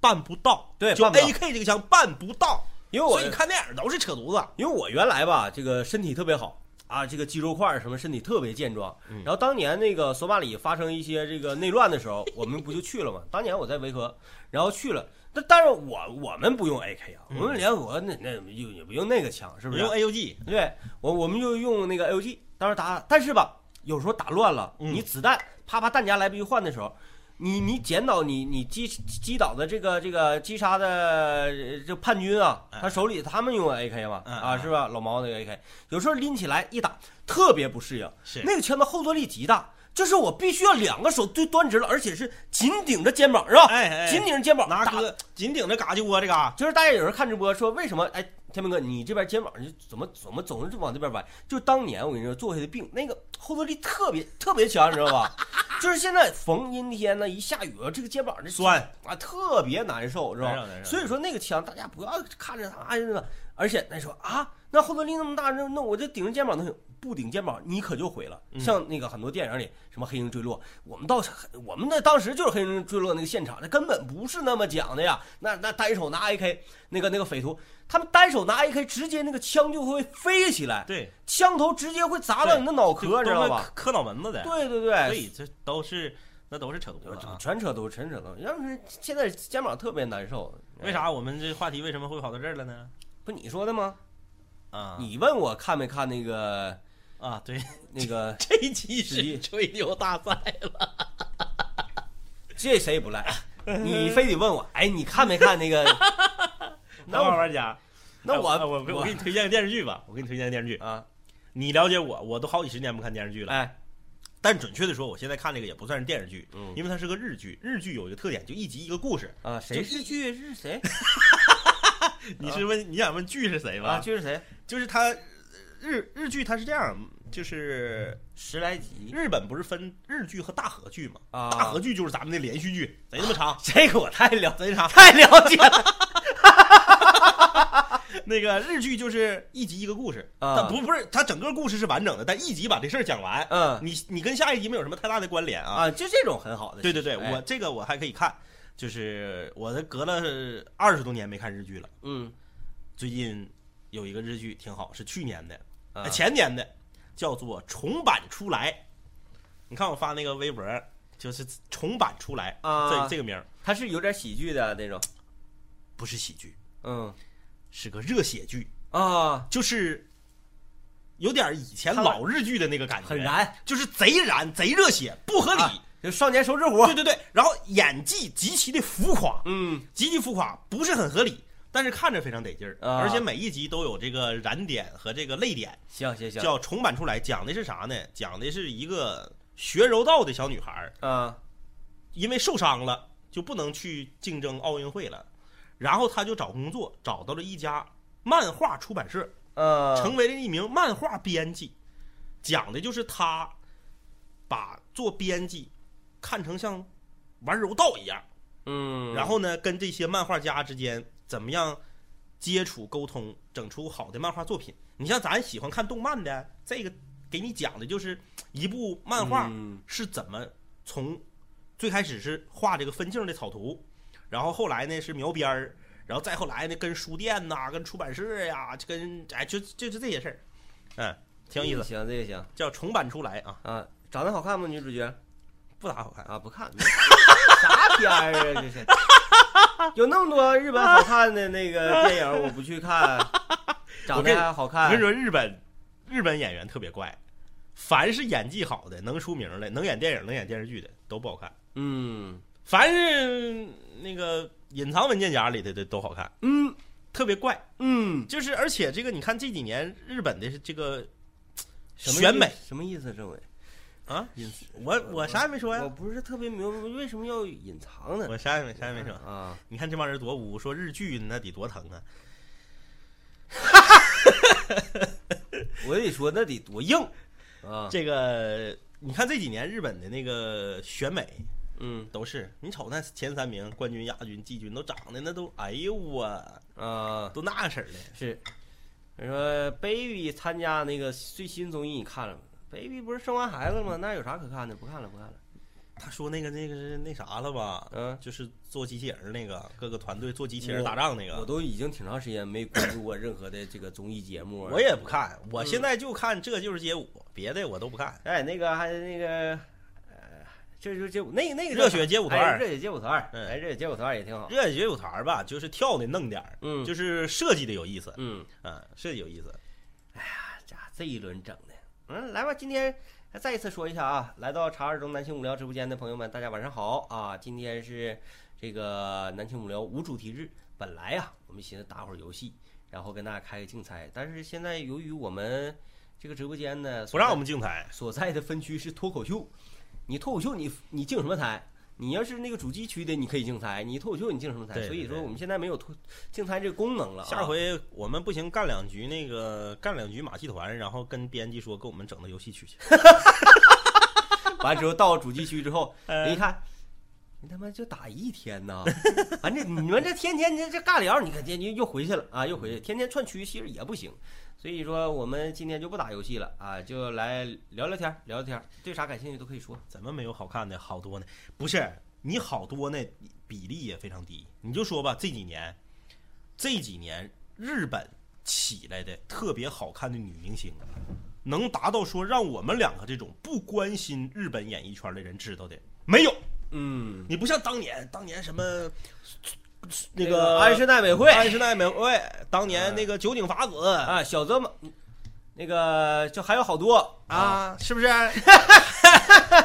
[SPEAKER 2] 办不到。
[SPEAKER 1] 对
[SPEAKER 2] 就
[SPEAKER 1] 办不到
[SPEAKER 2] A K 这个枪办不到。
[SPEAKER 1] 因为我
[SPEAKER 2] 所以看电影都是扯犊子。
[SPEAKER 1] 因为我原来吧，这个身体特别好啊，这个肌肉块儿什么身体特别健壮。然后当年那个索马里发生一些这个内乱的时候，我们不就去了吗？当年我在维和，然后去了。那但是我我们不用 AK 啊，我们联合那那也也不用那个枪，是不是？啊
[SPEAKER 2] 用 A U G，
[SPEAKER 1] 对，我我们就用那个 LG，当时打，但是吧，有时候打乱了，
[SPEAKER 2] 嗯
[SPEAKER 1] 你子弹啪啪弹夹来不及换的时候，你你捡到你你击击倒的这个这个击杀的呃这叛军啊，
[SPEAKER 2] 哎
[SPEAKER 1] 他手里他们用 AK 嘛，
[SPEAKER 2] 嗯
[SPEAKER 1] 啊
[SPEAKER 2] 嗯
[SPEAKER 1] 是吧？老毛那个 AK，有时候拎起来一打特别不适应，
[SPEAKER 2] 是
[SPEAKER 1] 那个枪的后坐力极大，就是我必须要两个手对端直了，而且是紧顶着肩膀是吧？
[SPEAKER 2] 哎哎
[SPEAKER 1] 紧顶着肩膀
[SPEAKER 2] 拿
[SPEAKER 1] 打
[SPEAKER 2] 哥紧顶着嘎叽窝这嘎、
[SPEAKER 1] 就是大家有人看直播说，为什么哎，天明哥，你这边肩膀就怎么怎么总是往这边歪？就当年我跟你说坐下的病，那个后坐力特别特别强，你知道吧？ 就是现在逢阴天呢，一下雨啊，这个肩膀这
[SPEAKER 2] 酸
[SPEAKER 1] 啊，特别难受，知道
[SPEAKER 2] 难
[SPEAKER 1] 吧
[SPEAKER 2] 受难？受
[SPEAKER 1] 所以说那个枪，大家不要看着它，哎那个而且那说啊，那后坐力那么大，那那我这顶着肩膀能行？不顶肩膀，你可就毁了。
[SPEAKER 2] 嗯
[SPEAKER 1] 像那个很多电影里，什么《黑鹰坠落》，我们到我们那当时就是《黑鹰坠落》那个现场，那根本不是那么讲的呀。那那单手拿 AK，那个那个匪徒，他们单手拿 AK，直接那个枪就会飞起来，
[SPEAKER 2] 对，
[SPEAKER 1] 枪头直接会砸到你的脑壳，你知道吧？
[SPEAKER 2] 磕脑门子的，
[SPEAKER 1] 对对
[SPEAKER 2] 所
[SPEAKER 1] 对，
[SPEAKER 2] 以这都是那都是扯犊子啊。
[SPEAKER 1] 全扯哎都全扯都，要是现在肩膀特别难受，
[SPEAKER 2] 为？啥我们这话题为什么会跑到这儿了呢？
[SPEAKER 1] 不你说的吗？
[SPEAKER 2] 啊，
[SPEAKER 1] 你问我看没看那个
[SPEAKER 2] 啊，对，
[SPEAKER 1] 那个，
[SPEAKER 2] 这一期
[SPEAKER 1] 十一
[SPEAKER 2] 是吹牛大赛，
[SPEAKER 1] 这谁也 不赖，你非得问我，哎，你看没看那个？那
[SPEAKER 2] 那
[SPEAKER 1] 我
[SPEAKER 2] 玩家，
[SPEAKER 1] 那
[SPEAKER 2] 哎我我我
[SPEAKER 1] 我
[SPEAKER 2] 给你推荐个电视剧吧，我给你推荐个电视剧。
[SPEAKER 1] 啊，
[SPEAKER 2] 你了解我，我都好几十年不看电视剧了。
[SPEAKER 1] 哎，
[SPEAKER 2] 但准确的说，我现在看这个也不算是电视剧，
[SPEAKER 1] 嗯
[SPEAKER 2] 因为它是个日剧。日剧有一个特点，就一集一个故事。
[SPEAKER 1] 啊，谁
[SPEAKER 2] 就是
[SPEAKER 1] 剧是谁
[SPEAKER 2] 你是问你想问剧是谁
[SPEAKER 1] 啊？
[SPEAKER 2] 吧？
[SPEAKER 1] 剧是谁？
[SPEAKER 2] 就是它日日剧，它是这样，就是
[SPEAKER 1] 十来集
[SPEAKER 2] 日本不是分日剧和大河剧嘛？
[SPEAKER 1] 啊
[SPEAKER 2] 大河剧就是咱们的连续剧，贼他妈长，
[SPEAKER 1] 这个我 太了
[SPEAKER 2] 贼长。
[SPEAKER 1] 太了解了，
[SPEAKER 2] 那个日剧就是一集一个故事，
[SPEAKER 1] 啊
[SPEAKER 2] 它不不是它整个故事是完整的，但一集把这事儿讲完，
[SPEAKER 1] 嗯
[SPEAKER 2] 你你跟下一集没有什么太大的关联啊。
[SPEAKER 1] 啊，就这种很好的戏，
[SPEAKER 2] 对对对，
[SPEAKER 1] 哎
[SPEAKER 2] 我这个我还可以看，就是我这隔了二十多年没看日剧了，
[SPEAKER 1] 嗯，
[SPEAKER 2] 最近有一个日剧挺好，是去年的，
[SPEAKER 1] 啊
[SPEAKER 2] 呃前年的，叫做《重版出来》。你看我发那个微博，就是“重版出来”
[SPEAKER 1] 啊
[SPEAKER 2] 这这个名儿
[SPEAKER 1] 它是有点喜剧的那种，
[SPEAKER 2] 不是喜剧，
[SPEAKER 1] 嗯
[SPEAKER 2] 是个热血剧，
[SPEAKER 1] 啊，
[SPEAKER 2] 就是有点以前
[SPEAKER 1] 看
[SPEAKER 2] 老日剧的那个感觉，啊
[SPEAKER 1] 很，燃，
[SPEAKER 2] 就是贼燃、贼热血，不合理。
[SPEAKER 1] 啊就少年手指虎，
[SPEAKER 2] 对对对，然后演技极其的浮夸，
[SPEAKER 1] 嗯
[SPEAKER 2] 极其浮夸，不是很合理，但是看着非常得劲儿，
[SPEAKER 1] 啊
[SPEAKER 2] 而且每一集都有这个燃点和这个泪点，
[SPEAKER 1] 行行行，
[SPEAKER 2] 叫重版出来，讲的是啥呢？讲的是一个学柔道的小女孩儿，
[SPEAKER 1] 啊
[SPEAKER 2] 因为受伤了就不能去竞争奥运会了，然后她就找工作，找到了一家漫画出版社，
[SPEAKER 1] 呃，
[SPEAKER 2] 成为了一名漫画编辑，讲的就是她把做编辑看成像玩柔道一样。
[SPEAKER 1] 嗯，
[SPEAKER 2] 然后呢，跟这些漫画家之间怎么样接触沟通，整出好的漫画作品。你像咱喜欢看动漫的，这个给你讲的就是一部漫画
[SPEAKER 1] 嗯
[SPEAKER 2] 是怎么从最开始是画这个分镜的草图，然后后来呢是描边儿，然后再后来呢跟书店呐、跟出版社呀、就跟哎就就是这些事儿，嗯，挺有意思，
[SPEAKER 1] 行这个行
[SPEAKER 2] 叫重版出来啊，
[SPEAKER 1] 啊，长得好看吗？女主角？
[SPEAKER 2] 不咋好看。
[SPEAKER 1] 啊，不看，啥片儿啊？这是有那么多日本好看的那个电影，我不去看，长得还好
[SPEAKER 2] 我跟你
[SPEAKER 1] 看，
[SPEAKER 2] 说，日本日本演员特别怪，凡是演技好的、能出名的、能演电影、能演电视剧的都不好看，
[SPEAKER 1] 嗯，
[SPEAKER 2] 凡是那个隐藏文件夹里的的都好看，
[SPEAKER 1] 嗯
[SPEAKER 2] 特别怪。
[SPEAKER 1] 嗯，
[SPEAKER 2] 就是而且这个你看这几年日本的这个
[SPEAKER 1] 什么
[SPEAKER 2] 选
[SPEAKER 1] 意
[SPEAKER 2] 美
[SPEAKER 1] 什么意思？政委，
[SPEAKER 2] 啊，
[SPEAKER 1] 隐
[SPEAKER 2] 我我啥也没说
[SPEAKER 1] 我
[SPEAKER 2] 呀，
[SPEAKER 1] 不是特别明白为什么要隐藏呢？
[SPEAKER 2] 我啥也没啥也没说。
[SPEAKER 1] 啊，
[SPEAKER 2] 你看这帮人多污，说日剧那得多疼啊！
[SPEAKER 1] 我得说那得多硬啊，
[SPEAKER 2] 这个你看这几年日本的那个选美
[SPEAKER 1] 嗯
[SPEAKER 2] 都是，你瞅那前三名冠军、亚军、季军都长得那都哎呦我
[SPEAKER 1] 啊
[SPEAKER 2] 都那式儿的，
[SPEAKER 1] 是，你说 baby 参加那个最新综艺你看了吗？baby 不是生完孩子了吗？那有啥可看的？不看了不看了，
[SPEAKER 2] 他说那个那个是那啥了吧？
[SPEAKER 1] 嗯。
[SPEAKER 2] 就是做机器人儿那个，各个团队做机器
[SPEAKER 1] 我
[SPEAKER 2] 人打仗那
[SPEAKER 1] 我
[SPEAKER 2] 个，
[SPEAKER 1] 都已经挺长时间没关注过任何的这个综艺节目了。
[SPEAKER 2] 我也不看，我
[SPEAKER 1] 嗯
[SPEAKER 2] 现在就看《这就是街舞》，别的我都不看。
[SPEAKER 1] 哎，那个还那个，呃，这就街舞那个那个
[SPEAKER 2] 热血街舞团
[SPEAKER 1] 哎
[SPEAKER 2] 儿
[SPEAKER 1] 热血街舞团儿，
[SPEAKER 2] 嗯
[SPEAKER 1] 哎，热血街舞团儿也挺好。
[SPEAKER 2] 热血街舞团儿吧，就是跳的弄点儿，
[SPEAKER 1] 嗯，
[SPEAKER 2] 就是设计的有意思，
[SPEAKER 1] 嗯，
[SPEAKER 2] 嗯，设计有意思。
[SPEAKER 1] 啊这这一轮整的，嗯，来吧，今天再一次说一下啊，来到茶二中南青无聊直播间的朋友们，大家晚上好啊！今天是这个南青无聊无主题日，本来呀、我们寻思打会儿游戏，然后跟大家开个竞猜，但是现在由于我们这个直播间呢，
[SPEAKER 2] 不让
[SPEAKER 1] 所在
[SPEAKER 2] 我们竞猜，
[SPEAKER 1] 所在的分区是脱口秀，你脱口秀你你竞什么猜？你要是那个主机区的，你可以竞猜；你脱口秀你竞什么猜？
[SPEAKER 2] 对对
[SPEAKER 1] 所以说
[SPEAKER 2] 对
[SPEAKER 1] 我们现在没有脱竞猜这个功能了、啊。
[SPEAKER 2] 下回我们不行干两局那个干两局马戏团，然后跟编辑说给我们整到游戏区去。
[SPEAKER 1] 完之后到主机区之后，人一
[SPEAKER 2] 呃
[SPEAKER 1] 看，你他妈就打一天呐！完这你们这天天这这尬聊，你看天天又回去了啊，又回去，天天串区其实也不行。所以说我们今天就不打游戏了啊，就来聊聊天儿，聊聊天儿，对啥感兴趣都可以说。
[SPEAKER 2] 怎么没有好看的？好多呢？不是你好多呢，比例也非常低。你就说吧，这几年，这几年日本起来的特别好看的女明星，能达到说让我们两个这种不关心日本演艺圈的人知道的没有。
[SPEAKER 1] 嗯，
[SPEAKER 2] 你不像当年，当年什么那
[SPEAKER 1] 个
[SPEAKER 2] 个
[SPEAKER 1] 安室奈美惠
[SPEAKER 2] 安室奈美惠，当年那个酒井法子
[SPEAKER 1] 啊，小泽马，那个就还有好多啊，
[SPEAKER 2] 啊，是不是？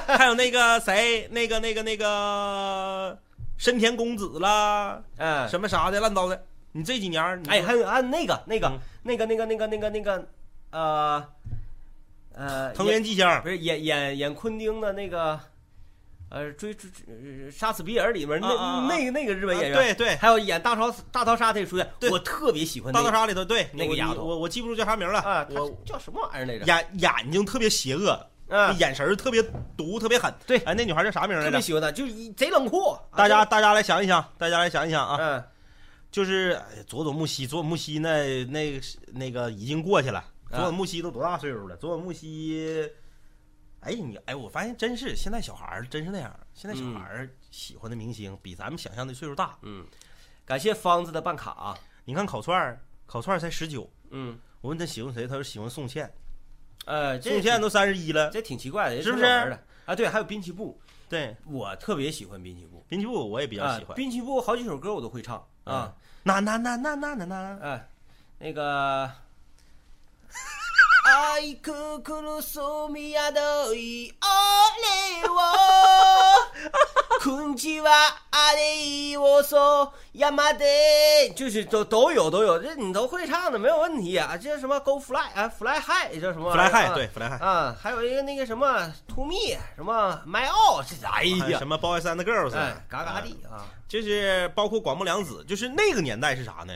[SPEAKER 2] 还有那个谁，那个那个那个深田恭子啦，
[SPEAKER 1] 哎，
[SPEAKER 2] 什么啥的乱糟的。你这几年儿，你
[SPEAKER 1] 哎，还有按那个那个
[SPEAKER 2] 嗯
[SPEAKER 1] 那个那个那个那个那个呃呃，
[SPEAKER 2] 藤
[SPEAKER 1] 演
[SPEAKER 2] 原纪香
[SPEAKER 1] 不是演演演昆汀的那个呃追追追呃杀死比尔里面那
[SPEAKER 2] 啊啊啊
[SPEAKER 1] 那个那个日
[SPEAKER 2] 日
[SPEAKER 1] 本演员，
[SPEAKER 2] 对对，
[SPEAKER 1] 还有演大逃大逃杀他也出现，
[SPEAKER 2] 对
[SPEAKER 1] 我特别喜欢
[SPEAKER 2] 大
[SPEAKER 1] 那
[SPEAKER 2] 逃
[SPEAKER 1] 个
[SPEAKER 2] 杀里头对
[SPEAKER 1] 那个
[SPEAKER 2] 我
[SPEAKER 1] 丫头
[SPEAKER 2] 我我记不住叫啥名儿了
[SPEAKER 1] 啊，他
[SPEAKER 2] 我
[SPEAKER 1] 叫什么玩意儿来着？
[SPEAKER 2] 眼眼睛特别邪恶，
[SPEAKER 1] 啊，
[SPEAKER 2] 眼神儿特别毒，特别狠。
[SPEAKER 1] 对
[SPEAKER 2] 哎，那女孩叫啥名儿
[SPEAKER 1] 特
[SPEAKER 2] 来
[SPEAKER 1] 别
[SPEAKER 2] 着？
[SPEAKER 1] 喜欢他，就是一贼冷酷。啊
[SPEAKER 2] 大家，大家来想一想，大家来想一想啊。
[SPEAKER 1] 嗯
[SPEAKER 2] 就是哎佐佐木希，佐佐木希那那个是那个已经过去了，
[SPEAKER 1] 啊
[SPEAKER 2] 佐佐木希都多大岁数了？佐佐木希，哎你哎，我发现真是现在小孩儿真是那样，现在小孩儿喜欢的明星比咱们想象的岁数大。
[SPEAKER 1] 嗯，感谢方子的办卡啊，
[SPEAKER 2] 你看烤串儿，烤串儿才十九，
[SPEAKER 1] 嗯，
[SPEAKER 2] 我问他喜欢谁，他说喜欢宋茜，
[SPEAKER 1] 呃，这
[SPEAKER 2] 宋茜都三十一了，
[SPEAKER 1] 这挺奇怪的，
[SPEAKER 2] 是不是
[SPEAKER 1] 挺好玩的啊，对，还有滨崎步，
[SPEAKER 2] 对，
[SPEAKER 1] 我特别喜欢滨崎步，
[SPEAKER 2] 滨崎步我也比
[SPEAKER 1] 比
[SPEAKER 2] 较喜欢。
[SPEAKER 1] 滨崎步好几首歌我都会唱啊，
[SPEAKER 2] 那那那那那那那，
[SPEAKER 1] 哎，那个。 愛くくるそみやどい俺をくんちはあれをそ山で就是都都有都有，这你都会唱的没有问题啊。这什么 Go Fly 啊，Fly High 叫什么
[SPEAKER 2] 弗
[SPEAKER 1] 玩意
[SPEAKER 2] 莱
[SPEAKER 1] 儿
[SPEAKER 2] 亥
[SPEAKER 1] 啊
[SPEAKER 2] 对 弗莱亥，
[SPEAKER 1] 啊，还有一个那个什么 To Me 什么 My All，这哎
[SPEAKER 2] 还有
[SPEAKER 1] 呀
[SPEAKER 2] 什，么 boys and girls，
[SPEAKER 1] 哎，嘎嘎
[SPEAKER 2] 啊
[SPEAKER 1] 地啊，
[SPEAKER 2] 就是包括广木凉子，就是那个年代是啥呢？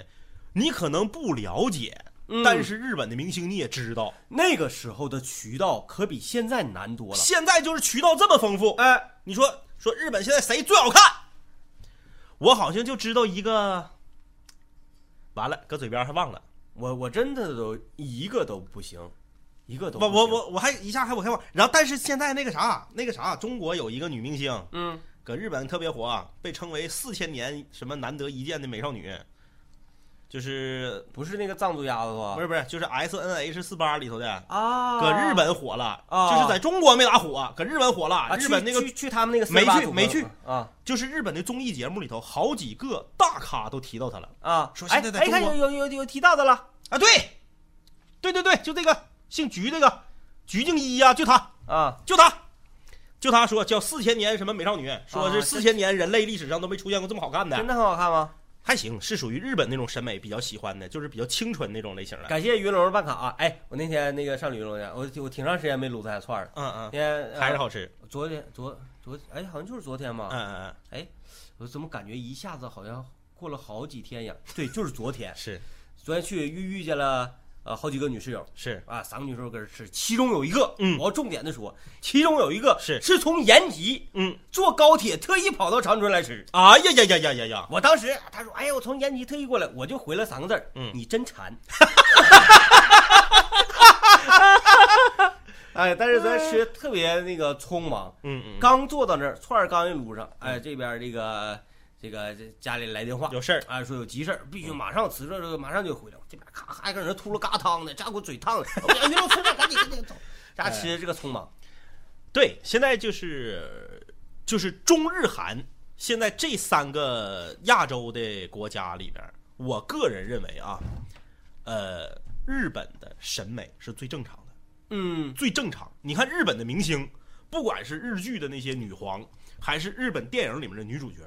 [SPEAKER 2] 你可能不了解，
[SPEAKER 1] 嗯
[SPEAKER 2] 但是日本的明星你也知道。
[SPEAKER 1] 那个时候的渠道可比现在难多了。
[SPEAKER 2] 现在就是渠道这么丰富，
[SPEAKER 1] 哎，
[SPEAKER 2] 你说说日本现在谁最好看？我好像就知道一个，完了搁嘴边儿还忘了。
[SPEAKER 1] 我我真的都一个都不行，一个都
[SPEAKER 2] 我
[SPEAKER 1] 不
[SPEAKER 2] 我
[SPEAKER 1] 行
[SPEAKER 2] 我我还一下还我还忘。然后但是现在那个啥那个啥，中国有一个女明星
[SPEAKER 1] 嗯，
[SPEAKER 2] 搁日本特别火啊，被称为四千年什么难得一见的美少女，就是
[SPEAKER 1] 不是那个藏族丫头啊
[SPEAKER 2] 不是不是就是 S N H 四八里头的。
[SPEAKER 1] 啊，
[SPEAKER 2] 搁日本火了，
[SPEAKER 1] 啊
[SPEAKER 2] 就是在中国没咋火，搁日本火了。
[SPEAKER 1] 啊，
[SPEAKER 2] 日本那个
[SPEAKER 1] 去去去他们那个
[SPEAKER 2] 哦没去
[SPEAKER 1] 48组
[SPEAKER 2] 没去
[SPEAKER 1] 啊
[SPEAKER 2] 就是日本的综艺节目里头，好几个大咖都提到他了
[SPEAKER 1] 啊，
[SPEAKER 2] 说
[SPEAKER 1] 哎
[SPEAKER 2] 现在在
[SPEAKER 1] 哎，看
[SPEAKER 2] 中
[SPEAKER 1] 有
[SPEAKER 2] 国
[SPEAKER 1] 有有有提到的了
[SPEAKER 2] 啊。对，对对对，就这个姓菊这个，菊静一呀、就他
[SPEAKER 1] 啊，
[SPEAKER 2] 就他，就他说叫四千年什么美少女，说是
[SPEAKER 1] 啊
[SPEAKER 2] 四千年人类历史上都没出现过这么好看的
[SPEAKER 1] 真，的很好看吗？
[SPEAKER 2] 还行，是属于日本那种审美比较喜欢的，就是比较清纯那种类型的。
[SPEAKER 1] 感谢云龙的办卡啊！哎，我那天那个上旅游龙家，我我挺长时间没撸他家串儿了。呃
[SPEAKER 2] 嗯
[SPEAKER 1] 那天
[SPEAKER 2] 嗯，还是
[SPEAKER 1] 好，
[SPEAKER 2] 好吃。
[SPEAKER 1] 昨天昨昨哎，好像就是昨天吧
[SPEAKER 2] 嗯。嗯
[SPEAKER 1] 我怎么感觉一下子好像过了好几天呀？对，就是昨天
[SPEAKER 2] 嗯，，是
[SPEAKER 1] 昨天去遇遇见了呃好几个女室友
[SPEAKER 2] 是，
[SPEAKER 1] 啊，三个女室友搁这吃，其中有一个，
[SPEAKER 2] 嗯
[SPEAKER 1] 我要重点的说，其中有一个
[SPEAKER 2] 是
[SPEAKER 1] 是从延吉
[SPEAKER 2] 嗯，
[SPEAKER 1] 坐高铁特意跑到长春来吃。
[SPEAKER 2] 哎呀呀呀呀呀呀，
[SPEAKER 1] 我当时他说，哎呀，我从延吉特意过来，我就回了三个字儿，
[SPEAKER 2] 嗯
[SPEAKER 1] 你真馋。 哎，但是咱吃特别那个匆忙，
[SPEAKER 2] 嗯嗯，
[SPEAKER 1] 刚坐到那儿，串儿刚一撸上，哎，这边这个这个这家里来电话，
[SPEAKER 2] 有事儿，
[SPEAKER 1] 啊，说有急事儿，必须马上辞职，这个马上就回来。我这边咔还搁那秃噜嘎汤呢，这家给我嘴烫的，我说哎呦，吃赶紧赶紧走。咱吃的这个匆忙，
[SPEAKER 2] 对，现在就是就是中日韩，现在这三个亚洲的国家里边儿，我个人认为啊，呃，日本的审美是最正常的。
[SPEAKER 1] 嗯，
[SPEAKER 2] 最正常。你看日本的明星，不管是日剧的那些女皇，还是日本电影里面的女主角，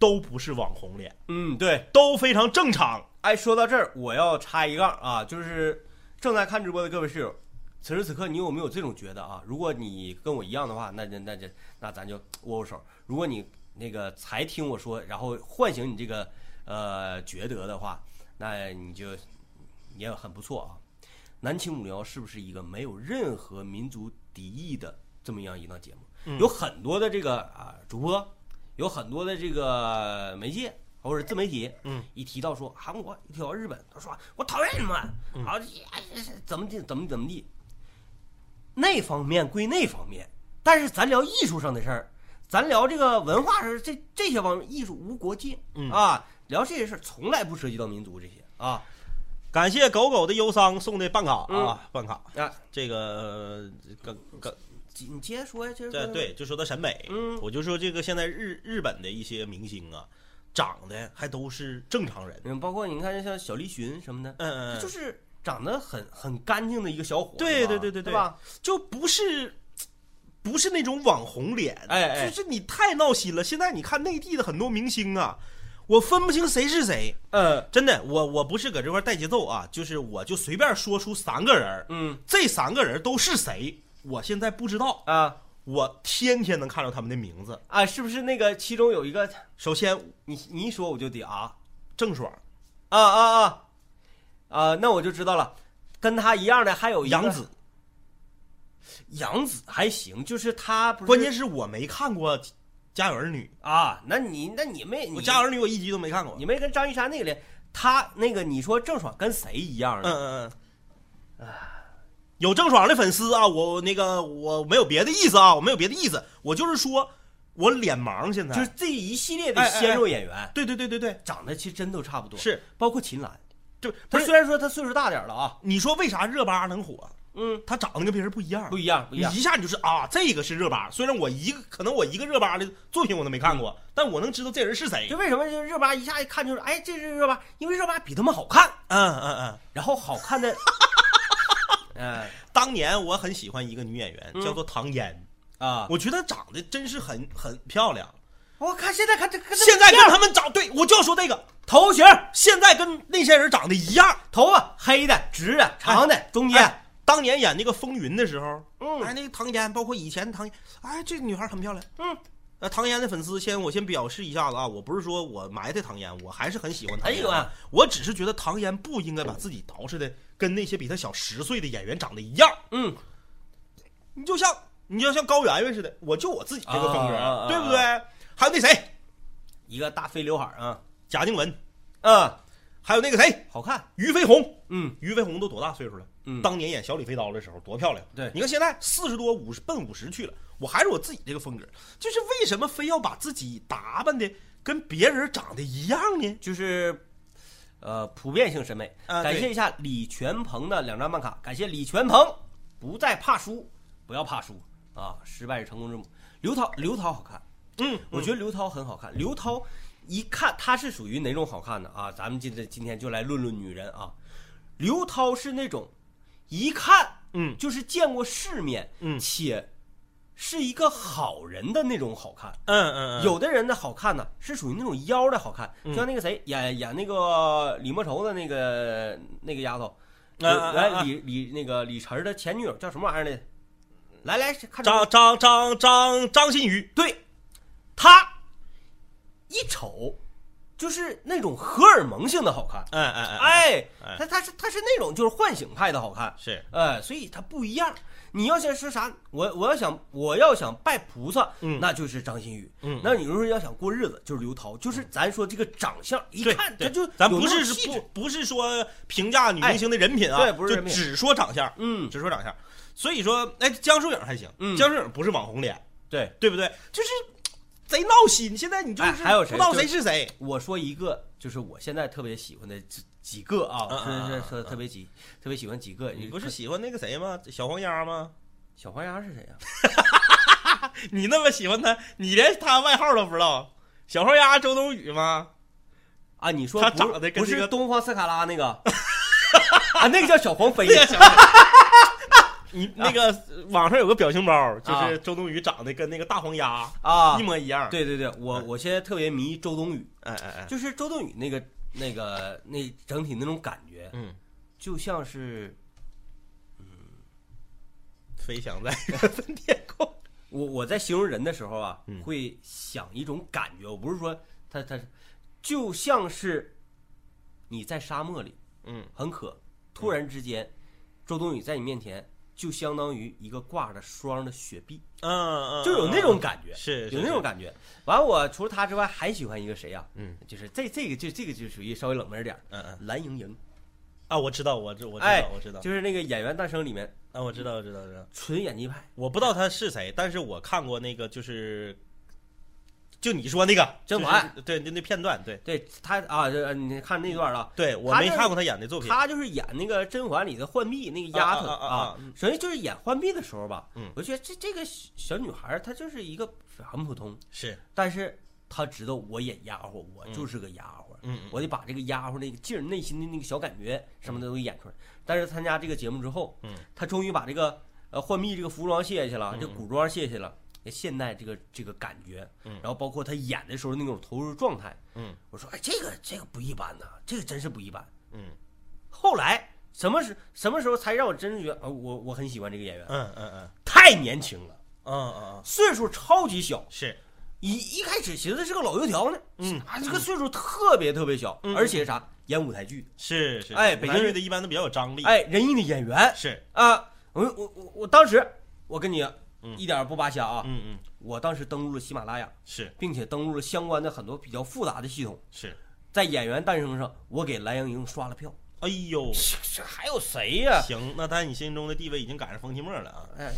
[SPEAKER 2] 都不是网红脸，
[SPEAKER 1] 嗯，对。
[SPEAKER 2] 都非常正常。
[SPEAKER 1] 哎，说到这儿，我要插一杠啊，就是正在看直播的各位室友，此时此刻你有没有这种觉得啊？如果你跟我一样的话，那那那这那咱就握握手。如果你那个才听我说，然后唤醒你这个呃觉得的话，那你就也很不错啊。南青五零幺是不是一个没有任何民族敌意的这么样一档节目？有很多的这个啊、主播，有很多的这个媒介或者自媒体，
[SPEAKER 2] 嗯，
[SPEAKER 1] 一提到说韩国，一提到日本，他说我讨厌你们，
[SPEAKER 2] 嗯
[SPEAKER 1] 啊，哎怎么地怎么怎么地，那方面归那方面，但是咱聊艺术上的事儿，咱聊这个文化上这这些方面，艺术无国界，
[SPEAKER 2] 嗯
[SPEAKER 1] 啊，聊这些事儿从来不涉及到民族这些啊
[SPEAKER 2] 感谢狗狗的忧伤送的办卡
[SPEAKER 1] 嗯
[SPEAKER 2] 啊，办卡。
[SPEAKER 1] 啊，
[SPEAKER 2] 这个呃刚刚
[SPEAKER 1] 你接着说呀，接着
[SPEAKER 2] 这
[SPEAKER 1] 说，
[SPEAKER 2] 对，就说到审美，
[SPEAKER 1] 嗯
[SPEAKER 2] 我就说这个现在日日本的一些明星啊，长得还都是正常人。
[SPEAKER 1] 嗯，包括你看像小栗旬什么的，
[SPEAKER 2] 嗯嗯，嗯
[SPEAKER 1] 就是长得很很干净的一个小伙，
[SPEAKER 2] 对
[SPEAKER 1] 是吧
[SPEAKER 2] 对对对
[SPEAKER 1] 对
[SPEAKER 2] 对
[SPEAKER 1] 吧？
[SPEAKER 2] 就不是不是那种网红脸，
[SPEAKER 1] 哎哎
[SPEAKER 2] 就是你太闹心了。现在你看内地的很多明星啊，我分不清谁是谁，
[SPEAKER 1] 嗯
[SPEAKER 2] 真的，我我不是搁这块带节奏啊，就是我就随便说出三个人儿，
[SPEAKER 1] 嗯
[SPEAKER 2] 这三个人都是谁，我现在不知道，
[SPEAKER 1] 啊
[SPEAKER 2] 我天天能看到他们的名字。
[SPEAKER 1] 啊，是不是那个其中有一个
[SPEAKER 2] 首先，
[SPEAKER 1] 你你一说我就得啊
[SPEAKER 2] 郑爽、
[SPEAKER 1] 啊啊啊啊，那我就知道了。跟他一样的还有一个
[SPEAKER 2] 杨，紫，
[SPEAKER 1] 杨紫还行，就是他不是
[SPEAKER 2] 关键是我没看过《家有儿女
[SPEAKER 1] 啊，那你那你没》，
[SPEAKER 2] 我
[SPEAKER 1] 你
[SPEAKER 2] 《家有儿女》我一集都没看过。
[SPEAKER 1] 你没跟张一山那个连，他那个你说郑爽跟谁一样
[SPEAKER 2] 嗯
[SPEAKER 1] 呢？
[SPEAKER 2] 嗯嗯。有郑爽的粉丝啊，我那个我没有别的意思啊，我没有别的意思，我就是说我脸盲现在。
[SPEAKER 1] 就是这一系列的
[SPEAKER 2] 嗯哎哎哎
[SPEAKER 1] 鲜肉演员、
[SPEAKER 2] 对对对对对，
[SPEAKER 1] 长得其实真都差不多，
[SPEAKER 2] 是
[SPEAKER 1] 包括秦岚，
[SPEAKER 2] 就
[SPEAKER 1] 她
[SPEAKER 2] 不是
[SPEAKER 1] 虽然说她岁数大点儿了啊，
[SPEAKER 2] 你说为啥热巴能火？
[SPEAKER 1] 嗯，
[SPEAKER 2] 她长得跟别人不一样，
[SPEAKER 1] 不一样不一
[SPEAKER 2] 你
[SPEAKER 1] 样，
[SPEAKER 2] 一下你就是啊，这个是热巴。虽然我一个可能我一个热巴的作品我都没看过，但我能知道这人是谁。
[SPEAKER 1] 嗯就为什么这热巴一下一看就是哎这是热巴，因为热巴比他们好看，
[SPEAKER 2] 嗯嗯嗯。
[SPEAKER 1] 然后好看 的，嗯
[SPEAKER 2] 当年我很喜欢一个女演员，
[SPEAKER 1] 嗯
[SPEAKER 2] 叫做唐嫣，
[SPEAKER 1] 啊，
[SPEAKER 2] 我觉得长得真是很很漂亮。
[SPEAKER 1] 我看现在看这跟
[SPEAKER 2] 现在跟他们长，对我就要说这个，
[SPEAKER 1] 头型、
[SPEAKER 2] 现在跟那些人长得一样。
[SPEAKER 1] 头发黑的、直的、长的、中间，
[SPEAKER 2] 哎当年演那个《风云》的时候，
[SPEAKER 1] 嗯
[SPEAKER 2] 哎，那个唐嫣，包括以前唐嫣，哎，这女孩很漂亮。
[SPEAKER 1] 嗯，
[SPEAKER 2] 呃，唐嫣的粉丝先我先表示一下子啊，我不是说我埋汰唐嫣，我还是很喜欢唐嫣。
[SPEAKER 1] 哎呦啊，
[SPEAKER 2] 我只是觉得唐嫣不应该把自己捯饬的跟那些比她小十岁的演员长得一样。
[SPEAKER 1] 嗯，
[SPEAKER 2] 你就像你就像高圆圆似的，我就我自己这个风格，
[SPEAKER 1] 啊啊啊啊
[SPEAKER 2] 对不对？还有那谁，
[SPEAKER 1] 一个大飞刘海儿啊，
[SPEAKER 2] 贾静雯，
[SPEAKER 1] 嗯，
[SPEAKER 2] 还有那个谁，
[SPEAKER 1] 好看，
[SPEAKER 2] 俞飞鸿。
[SPEAKER 1] 嗯
[SPEAKER 2] 俞飞鸿都多大岁数了？
[SPEAKER 1] 嗯
[SPEAKER 2] 当年演《小李飞刀》的时候多漂亮。
[SPEAKER 1] 对
[SPEAKER 2] 你看现在四十多，五十奔五十去了，我还是我自己这个风格。就是为什么非要把自己打扮的跟别人长得一样呢？
[SPEAKER 1] 就是。呃，普遍性审美，
[SPEAKER 2] 啊
[SPEAKER 1] 感谢
[SPEAKER 2] 对
[SPEAKER 1] 一下李全鹏的两张办卡，感谢李全鹏，不再怕输，不要怕输啊！失败是成功之母。刘涛，刘涛好看，
[SPEAKER 2] 嗯，
[SPEAKER 1] 我觉得刘涛很好看。刘涛一看她是属于哪种好看的啊？咱们今天今天就来论论女人啊。刘涛是那种一看
[SPEAKER 2] 嗯
[SPEAKER 1] 就是见过世面，
[SPEAKER 2] 嗯
[SPEAKER 1] 且是一个好人的那种好看。
[SPEAKER 2] 嗯嗯嗯，嗯
[SPEAKER 1] 有的人的好看呢，是属于那种妖的好看，就像那个谁演演那个李莫愁的那个那个丫头，
[SPEAKER 2] 啊啊啊
[SPEAKER 1] 来
[SPEAKER 2] 啊
[SPEAKER 1] 李李那个李晨儿的前女友叫什么玩意儿来着？来来看
[SPEAKER 2] 张张张张张馨予，
[SPEAKER 1] 对，她一瞅就是那种荷尔蒙性的好看，
[SPEAKER 2] 哎哎哎哎，
[SPEAKER 1] 哎
[SPEAKER 2] 哎，
[SPEAKER 1] 她她是她是那种就是唤醒派的好看，
[SPEAKER 2] 是，
[SPEAKER 1] 哎，所以它不一样。你要想是啥，我我要想我要想拜菩萨，
[SPEAKER 2] 嗯
[SPEAKER 1] 那就是张馨予。
[SPEAKER 2] 嗯
[SPEAKER 1] 那你如果要想过日子，就是刘涛，就是咱说这个长相，一
[SPEAKER 2] 对
[SPEAKER 1] 看
[SPEAKER 2] 对
[SPEAKER 1] 他就
[SPEAKER 2] 咱
[SPEAKER 1] 有
[SPEAKER 2] 不
[SPEAKER 1] 那种
[SPEAKER 2] 是
[SPEAKER 1] 气
[SPEAKER 2] 不
[SPEAKER 1] 质
[SPEAKER 2] 不是说评价女明星的人品啊，
[SPEAKER 1] 哎对不是
[SPEAKER 2] 就
[SPEAKER 1] 人品
[SPEAKER 2] 只说长相，
[SPEAKER 1] 嗯，
[SPEAKER 2] 只说长相。所以说，哎，江疏影还行，
[SPEAKER 1] 嗯
[SPEAKER 2] 江疏影不是网红脸，
[SPEAKER 1] 对。
[SPEAKER 2] 对不对？就是贼闹心。现在你就是、
[SPEAKER 1] 哎还有谁
[SPEAKER 2] 不知道谁是谁，
[SPEAKER 1] 我说一个，就是我现在特别喜欢的几几个
[SPEAKER 2] 嗯
[SPEAKER 1] 啊，
[SPEAKER 2] 嗯
[SPEAKER 1] 是
[SPEAKER 2] 嗯
[SPEAKER 1] 是是特别喜特别喜欢几个。
[SPEAKER 2] 你不是喜欢那个谁吗？小黄鸭吗？
[SPEAKER 1] 小黄鸭是谁啊 呀？
[SPEAKER 2] 你那么喜欢他，你连他外号都不知道？小黄鸭周冬雨吗？
[SPEAKER 1] 啊，你说
[SPEAKER 2] 他
[SPEAKER 1] 不
[SPEAKER 2] 长得跟
[SPEAKER 1] 不
[SPEAKER 2] 那
[SPEAKER 1] 是
[SPEAKER 2] 个
[SPEAKER 1] 东方斯卡拉 那个啊？那个叫小黄飞
[SPEAKER 2] 那。个 小黄鸭。你那个网上有个表情包，就是周冬雨长得跟那个大黄鸭
[SPEAKER 1] 啊
[SPEAKER 2] 一模一样。
[SPEAKER 1] 对对对，我
[SPEAKER 2] 嗯
[SPEAKER 1] 我现在特别迷周冬雨，
[SPEAKER 2] 哎哎哎，
[SPEAKER 1] 就是周冬雨那个那个那整体那种感觉，
[SPEAKER 2] 嗯，
[SPEAKER 1] 就像是
[SPEAKER 2] 飞翔在缘分天空。
[SPEAKER 1] 我我在形容人的时候啊
[SPEAKER 2] 嗯，
[SPEAKER 1] 会想一种感觉，我不是说他他就像是你在沙漠里
[SPEAKER 2] 嗯
[SPEAKER 1] 很渴，突然之间，周冬雨在你面前。就相当于一个挂着霜的雪碧，
[SPEAKER 2] 嗯嗯，
[SPEAKER 1] 就有那种感觉，
[SPEAKER 2] 是
[SPEAKER 1] 有那种感觉。完了，我除了他之外还喜欢一个谁呀、
[SPEAKER 2] 嗯
[SPEAKER 1] 就是这这个就这个就属于稍微冷门点儿，
[SPEAKER 2] 嗯嗯
[SPEAKER 1] 蓝盈莹，
[SPEAKER 2] 啊，我知道，我知我知
[SPEAKER 1] 哎
[SPEAKER 2] 道，我知道，
[SPEAKER 1] 就是那个《演员诞生》里面
[SPEAKER 2] 啊，我知道，我知道，我知道。
[SPEAKER 1] 纯演技派，
[SPEAKER 2] 我不知道他是谁，但是我看过那个，就是就你说那个
[SPEAKER 1] 甄
[SPEAKER 2] 就是
[SPEAKER 1] 嬛
[SPEAKER 2] 对，那那片段，对
[SPEAKER 1] 对他啊，这你看那段了，
[SPEAKER 2] 对，我
[SPEAKER 1] 他
[SPEAKER 2] 没
[SPEAKER 1] 就是
[SPEAKER 2] 看过他演嗯的作品。
[SPEAKER 1] 他就是演那个《甄嬛》里的浣碧那个丫头
[SPEAKER 2] 啊啊啊啊嗯
[SPEAKER 1] 首先就是演浣碧的时候吧，
[SPEAKER 2] 嗯
[SPEAKER 1] 我觉得这这个小小女孩儿她就是一个很普通，
[SPEAKER 2] 是，
[SPEAKER 1] 但是她知道我演丫鬟，我就是个丫鬟，
[SPEAKER 2] 嗯嗯
[SPEAKER 1] 我得把这个丫鬟那个劲儿、内心的那个小感觉什么的都给演出来。但是参加这个节目之后，
[SPEAKER 2] 嗯，
[SPEAKER 1] 她终于把这个呃浣碧这个服装卸下去了，
[SPEAKER 2] 嗯
[SPEAKER 1] 这古装卸下去了，也现代这个这个感觉，
[SPEAKER 2] 嗯
[SPEAKER 1] 然后包括她演的时候那种投入状态，
[SPEAKER 2] 嗯
[SPEAKER 1] 我说哎，这个这个不一般呐、这个真是不一般。
[SPEAKER 2] 嗯
[SPEAKER 1] 后来什么时什么时候才让我真觉得啊，我我很喜欢这个演员，
[SPEAKER 2] 嗯嗯嗯
[SPEAKER 1] 太年轻了，
[SPEAKER 2] 嗯嗯嗯，
[SPEAKER 1] 岁数超级小。
[SPEAKER 2] 是，
[SPEAKER 1] 一一开始寻思是个老油条呢，
[SPEAKER 2] 嗯
[SPEAKER 1] 啊，这个岁数特别特别小，
[SPEAKER 2] 嗯
[SPEAKER 1] 而且啥演舞台剧，
[SPEAKER 2] 是是，
[SPEAKER 1] 哎
[SPEAKER 2] 是
[SPEAKER 1] 北
[SPEAKER 2] 男
[SPEAKER 1] 京
[SPEAKER 2] 女
[SPEAKER 1] 人
[SPEAKER 2] 的一般都比较有张力，
[SPEAKER 1] 哎，仁义的演员
[SPEAKER 2] 是，
[SPEAKER 1] 啊，我我我我当时我跟你
[SPEAKER 2] 嗯
[SPEAKER 1] 一点儿不扒瞎啊，
[SPEAKER 2] 嗯嗯
[SPEAKER 1] 我当时登录了喜马拉雅，
[SPEAKER 2] 是
[SPEAKER 1] 并且登录了相关的很多比较复杂的系统，
[SPEAKER 2] 是，
[SPEAKER 1] 在演员诞生上，我给蓝盈莹刷了票，
[SPEAKER 2] 哎呦，
[SPEAKER 1] 这这还有谁呀、
[SPEAKER 2] 行，那在你心中的地位已经赶上风清墨了啊，
[SPEAKER 1] 哎，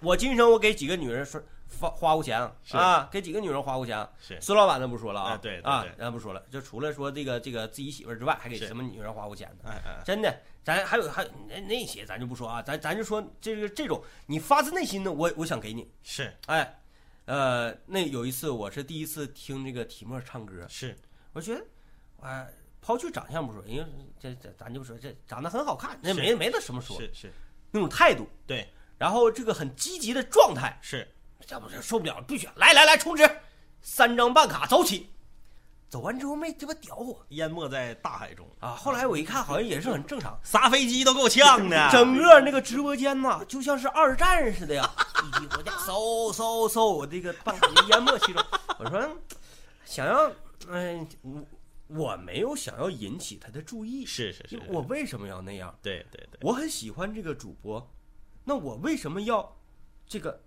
[SPEAKER 1] 我今生我给几个女人说花花过钱啊
[SPEAKER 2] 是
[SPEAKER 1] 啊，给几个女人花过钱啊。
[SPEAKER 2] 是
[SPEAKER 1] 孙老板咱不说了啊，
[SPEAKER 2] 哎对对
[SPEAKER 1] 啊
[SPEAKER 2] 对，
[SPEAKER 1] 咱不说了，就除了说这个这个自己媳妇儿之外，还给
[SPEAKER 2] 是
[SPEAKER 1] 什么女人花过钱呢？
[SPEAKER 2] 哎哎，
[SPEAKER 1] 真的，咱还有还有那那些咱就不说啊，咱咱就说这个这种你发自内心的，我我想给你，
[SPEAKER 2] 是
[SPEAKER 1] 哎，呃，那有一次我是第一次听这个提莫唱歌，
[SPEAKER 2] 是，
[SPEAKER 1] 我觉得，哎，抛去长相不说，因为这这咱就说这长得很好看，那
[SPEAKER 2] 是
[SPEAKER 1] 没没得什么说，
[SPEAKER 2] 是是，
[SPEAKER 1] 那种态度，
[SPEAKER 2] 对
[SPEAKER 1] 然后这个很积极的状态，
[SPEAKER 2] 是，
[SPEAKER 1] 要不是受不了，必须来来来充值，三张办卡走起。走完之后没鸡巴屌我
[SPEAKER 2] 淹没在大海中，
[SPEAKER 1] 啊！后来我一看，好像也是很正常。
[SPEAKER 2] 仨飞机都给我呛的，啊
[SPEAKER 1] 整个那个直播间呐，就像是二战似的呀！一我家嗖嗖嗖，我这个办卡就淹没其中。我说，想要，嗯、我我没有想要引起他的注意，
[SPEAKER 2] 是是是，
[SPEAKER 1] 我为什么要那样？
[SPEAKER 2] 对对对，
[SPEAKER 1] 我很喜欢这个主播，那我为什么要这个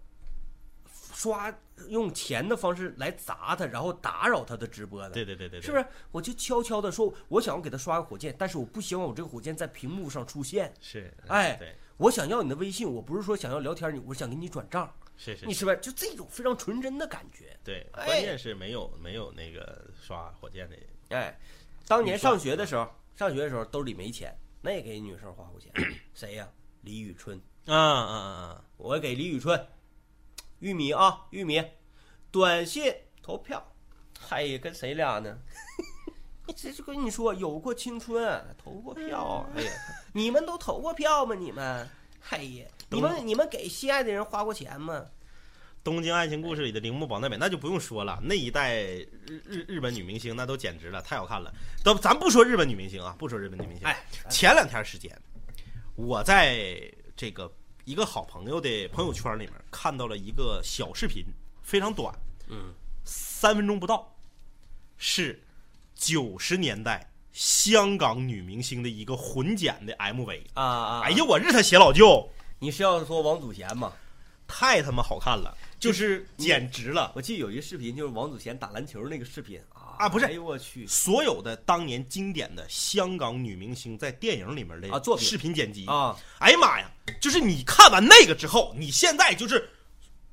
[SPEAKER 1] 刷用钱的方式来砸他，然后打扰他的直播呢？
[SPEAKER 2] 对对对对，
[SPEAKER 1] 是不是？我就悄悄的说，我想要给他刷个火箭，但是我不希望我这个火箭在屏幕上出现。
[SPEAKER 2] 是？是，
[SPEAKER 1] 哎
[SPEAKER 2] 对，
[SPEAKER 1] 我想要你的微信，我不是说想要聊天，你我想给你转账，
[SPEAKER 2] 是是
[SPEAKER 1] 你
[SPEAKER 2] 是，
[SPEAKER 1] 是不是？就这种非常纯真的感觉。
[SPEAKER 2] 对，
[SPEAKER 1] 哎
[SPEAKER 2] 关键是没有没有那个刷火箭的，
[SPEAKER 1] 哎，当年上学的时候，上学的时候兜里没钱，那也给女生花过钱， 谁呀？李宇春。
[SPEAKER 2] 啊啊啊，
[SPEAKER 1] 我给李宇春，玉米啊，玉米，短信投票，哎呀，跟谁俩呢？ 这就跟你说，有嗯过青春，投过票，哎呀，你们都投过票吗？你们，哎呀，你们你们给心爱的人花过钱吗？
[SPEAKER 2] 东京爱情故事里的铃木保奈美，那就不用说了，那一代日日日本女明星那都简直了，太好看了。都咱不说日本女明星啊，不说日本女明星。
[SPEAKER 1] 哎，
[SPEAKER 2] 前两天时间，我在这个一个好朋友的朋友圈里面看到了一个小视频，非常短，
[SPEAKER 1] 嗯，
[SPEAKER 2] 三分钟不到，是九十年代香港女明星的一个混剪的 MV。
[SPEAKER 1] 啊啊！
[SPEAKER 2] 哎，呀，我日他写老舅，
[SPEAKER 1] 你是要说王祖贤吗？
[SPEAKER 2] 太他妈好看了，就是简直了。
[SPEAKER 1] 我记得有一个视频，就是王祖贤打篮球那个视频啊
[SPEAKER 2] 啊不是
[SPEAKER 1] 哎呦我去
[SPEAKER 2] 所有的当年经典的香港女明星在电影里面的
[SPEAKER 1] 啊作品
[SPEAKER 2] 视频剪辑，
[SPEAKER 1] 啊！
[SPEAKER 2] 哎呀妈呀！就是你看完那个之后，你现在就是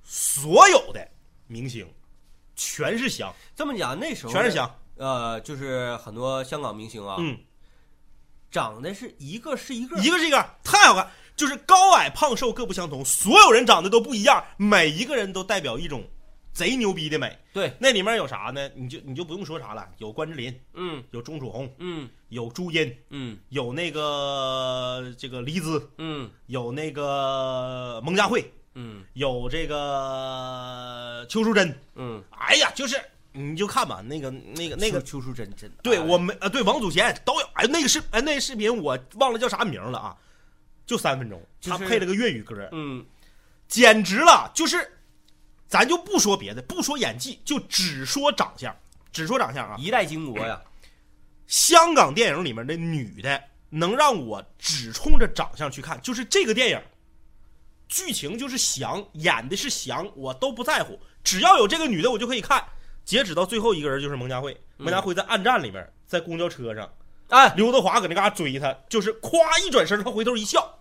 [SPEAKER 2] 所有的明星全是香，
[SPEAKER 1] 这么讲，那时候
[SPEAKER 2] 全是
[SPEAKER 1] 香，
[SPEAKER 2] 香。
[SPEAKER 1] 呃，就是很多香港明星啊，
[SPEAKER 2] 嗯，
[SPEAKER 1] 长得是一个是一个，
[SPEAKER 2] 一个是一个，太好看，就是高矮胖瘦各不相同，所有人长得都不一样，每一个人都代表一种贼牛逼的美。
[SPEAKER 1] 对，
[SPEAKER 2] 那里面有啥呢？你就你就不用说啥了，有关之琳，
[SPEAKER 1] 嗯
[SPEAKER 2] 有钟楚红，
[SPEAKER 1] 嗯
[SPEAKER 2] 有朱茵，
[SPEAKER 1] 嗯
[SPEAKER 2] 有那个这个黎姿，
[SPEAKER 1] 嗯
[SPEAKER 2] 有那个蒙嘉慧，
[SPEAKER 1] 嗯
[SPEAKER 2] 有这个邱淑贞。
[SPEAKER 1] 嗯，
[SPEAKER 2] 哎呀，就是你就看吧，那个那个那个，
[SPEAKER 1] 邱淑贞真的
[SPEAKER 2] 对
[SPEAKER 1] 哎
[SPEAKER 2] 我没啊，对王祖贤都有。哎，那个视哎那个视频我忘了叫啥名了啊，就三分钟，
[SPEAKER 1] 就是
[SPEAKER 2] 他配了个粤语歌，
[SPEAKER 1] 嗯
[SPEAKER 2] 简直了！就是，咱就不说别的，不说演技，就只说长相，只说长相啊。
[SPEAKER 1] 一代金国呀，
[SPEAKER 2] 香港电影里面的女的，能让我只冲着长相去看，就是这个电影，剧情就是翔演的是翔，我都不在乎，只要有这个女的，我就可以看。截止到最后一个人就是蒙嘉慧，
[SPEAKER 1] 嗯
[SPEAKER 2] 蒙嘉慧在暗战里面，在公交车上，
[SPEAKER 1] 哎
[SPEAKER 2] 刘德华搁那嘎追她，就是咵一转身，她回头一笑，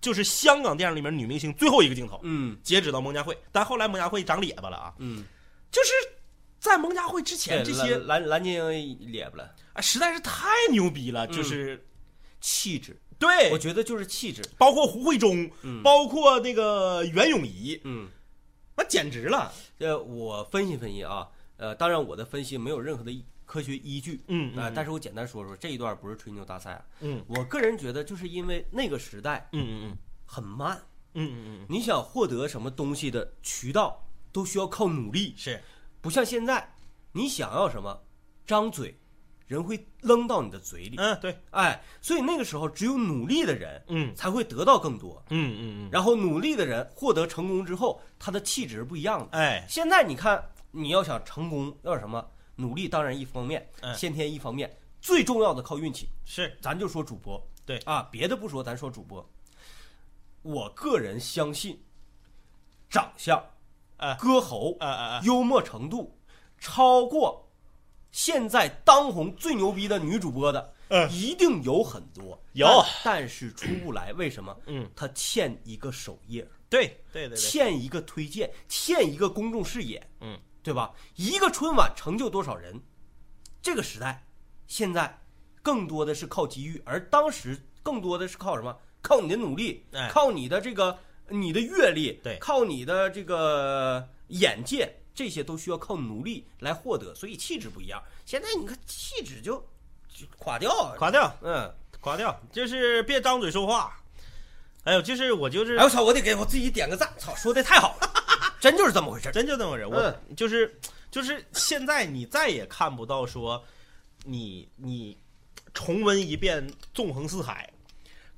[SPEAKER 2] 就是香港电影里面女明星最后一个镜头，
[SPEAKER 1] 嗯
[SPEAKER 2] 截止到蒙嘉慧，但后来蒙嘉慧长咧巴了啊，
[SPEAKER 1] 嗯，
[SPEAKER 2] 就是在蒙嘉慧之前
[SPEAKER 1] 对
[SPEAKER 2] 这些
[SPEAKER 1] 蓝蓝蓝精英咧不了，
[SPEAKER 2] 啊，实在是太牛逼了，就是。
[SPEAKER 1] 气质，
[SPEAKER 2] 嗯对，
[SPEAKER 1] 我觉得就是气质，
[SPEAKER 2] 包括胡慧中，
[SPEAKER 1] 哎嗯
[SPEAKER 2] 包括那个袁咏仪，
[SPEAKER 1] 嗯。
[SPEAKER 2] 那简直了。
[SPEAKER 1] 呃，我分析分析啊，呃，当然我的分析没有任何的依科学依据，
[SPEAKER 2] 嗯
[SPEAKER 1] 啊、
[SPEAKER 2] 嗯
[SPEAKER 1] 但是我简单说说这一段不是吹牛大赛啊，
[SPEAKER 2] 嗯
[SPEAKER 1] 我个人觉得就是因为那个时代
[SPEAKER 2] 嗯嗯
[SPEAKER 1] 很慢，
[SPEAKER 2] 嗯嗯嗯，
[SPEAKER 1] 你想获得什么东西的渠道都需要靠努力，
[SPEAKER 2] 是
[SPEAKER 1] 不像现在，你想要什么，张嘴，人会扔到你的嘴里，
[SPEAKER 2] 嗯对，
[SPEAKER 1] 哎，所以那个时候只有努力的人
[SPEAKER 2] 嗯
[SPEAKER 1] 才会得到更多，
[SPEAKER 2] 嗯嗯嗯，
[SPEAKER 1] 然后努力的人获得成功之后，他的气质是不一样的。
[SPEAKER 2] 哎
[SPEAKER 1] 现在你看，你要想成功，要什么努力，当然一方面，
[SPEAKER 2] 嗯
[SPEAKER 1] 先天一方面，最重要的靠运气。
[SPEAKER 2] 是
[SPEAKER 1] 咱就说主播，
[SPEAKER 2] 对
[SPEAKER 1] 啊，别的不说，咱说主播。我个人相信，长相、
[SPEAKER 2] 啊
[SPEAKER 1] 歌喉、
[SPEAKER 2] 啊啊啊，
[SPEAKER 1] 幽默程度，超过现在当红最牛逼的女主播的，
[SPEAKER 2] 嗯
[SPEAKER 1] 一定有很多。
[SPEAKER 2] 有
[SPEAKER 1] 但，但是出不来，为什么？
[SPEAKER 2] 嗯，
[SPEAKER 1] 她欠一个首页。
[SPEAKER 2] 对对对对，
[SPEAKER 1] 欠一个推荐，欠一个公众视野，
[SPEAKER 2] 嗯，
[SPEAKER 1] 对吧？一个春晚成就多少人？这个时代，现在更多的是靠机遇，而当时更多的是靠什么？靠你的努力，
[SPEAKER 2] 哎
[SPEAKER 1] 靠你的这个你的阅历，
[SPEAKER 2] 对
[SPEAKER 1] 靠你的这个眼界，这些都需要靠努力来获得，所以气质不一样。现在你看气质就就垮掉啊，
[SPEAKER 2] 垮掉
[SPEAKER 1] 嗯，
[SPEAKER 2] 垮掉，就是别张嘴说话。哎呦，就是我就是
[SPEAKER 1] 哎我操，我得给我自己点个赞，操，说的太好 了，真就是这么回事儿，嗯
[SPEAKER 2] 真就这么人，我就是就是现在你再也看不到说你你重温一遍《纵横四海》，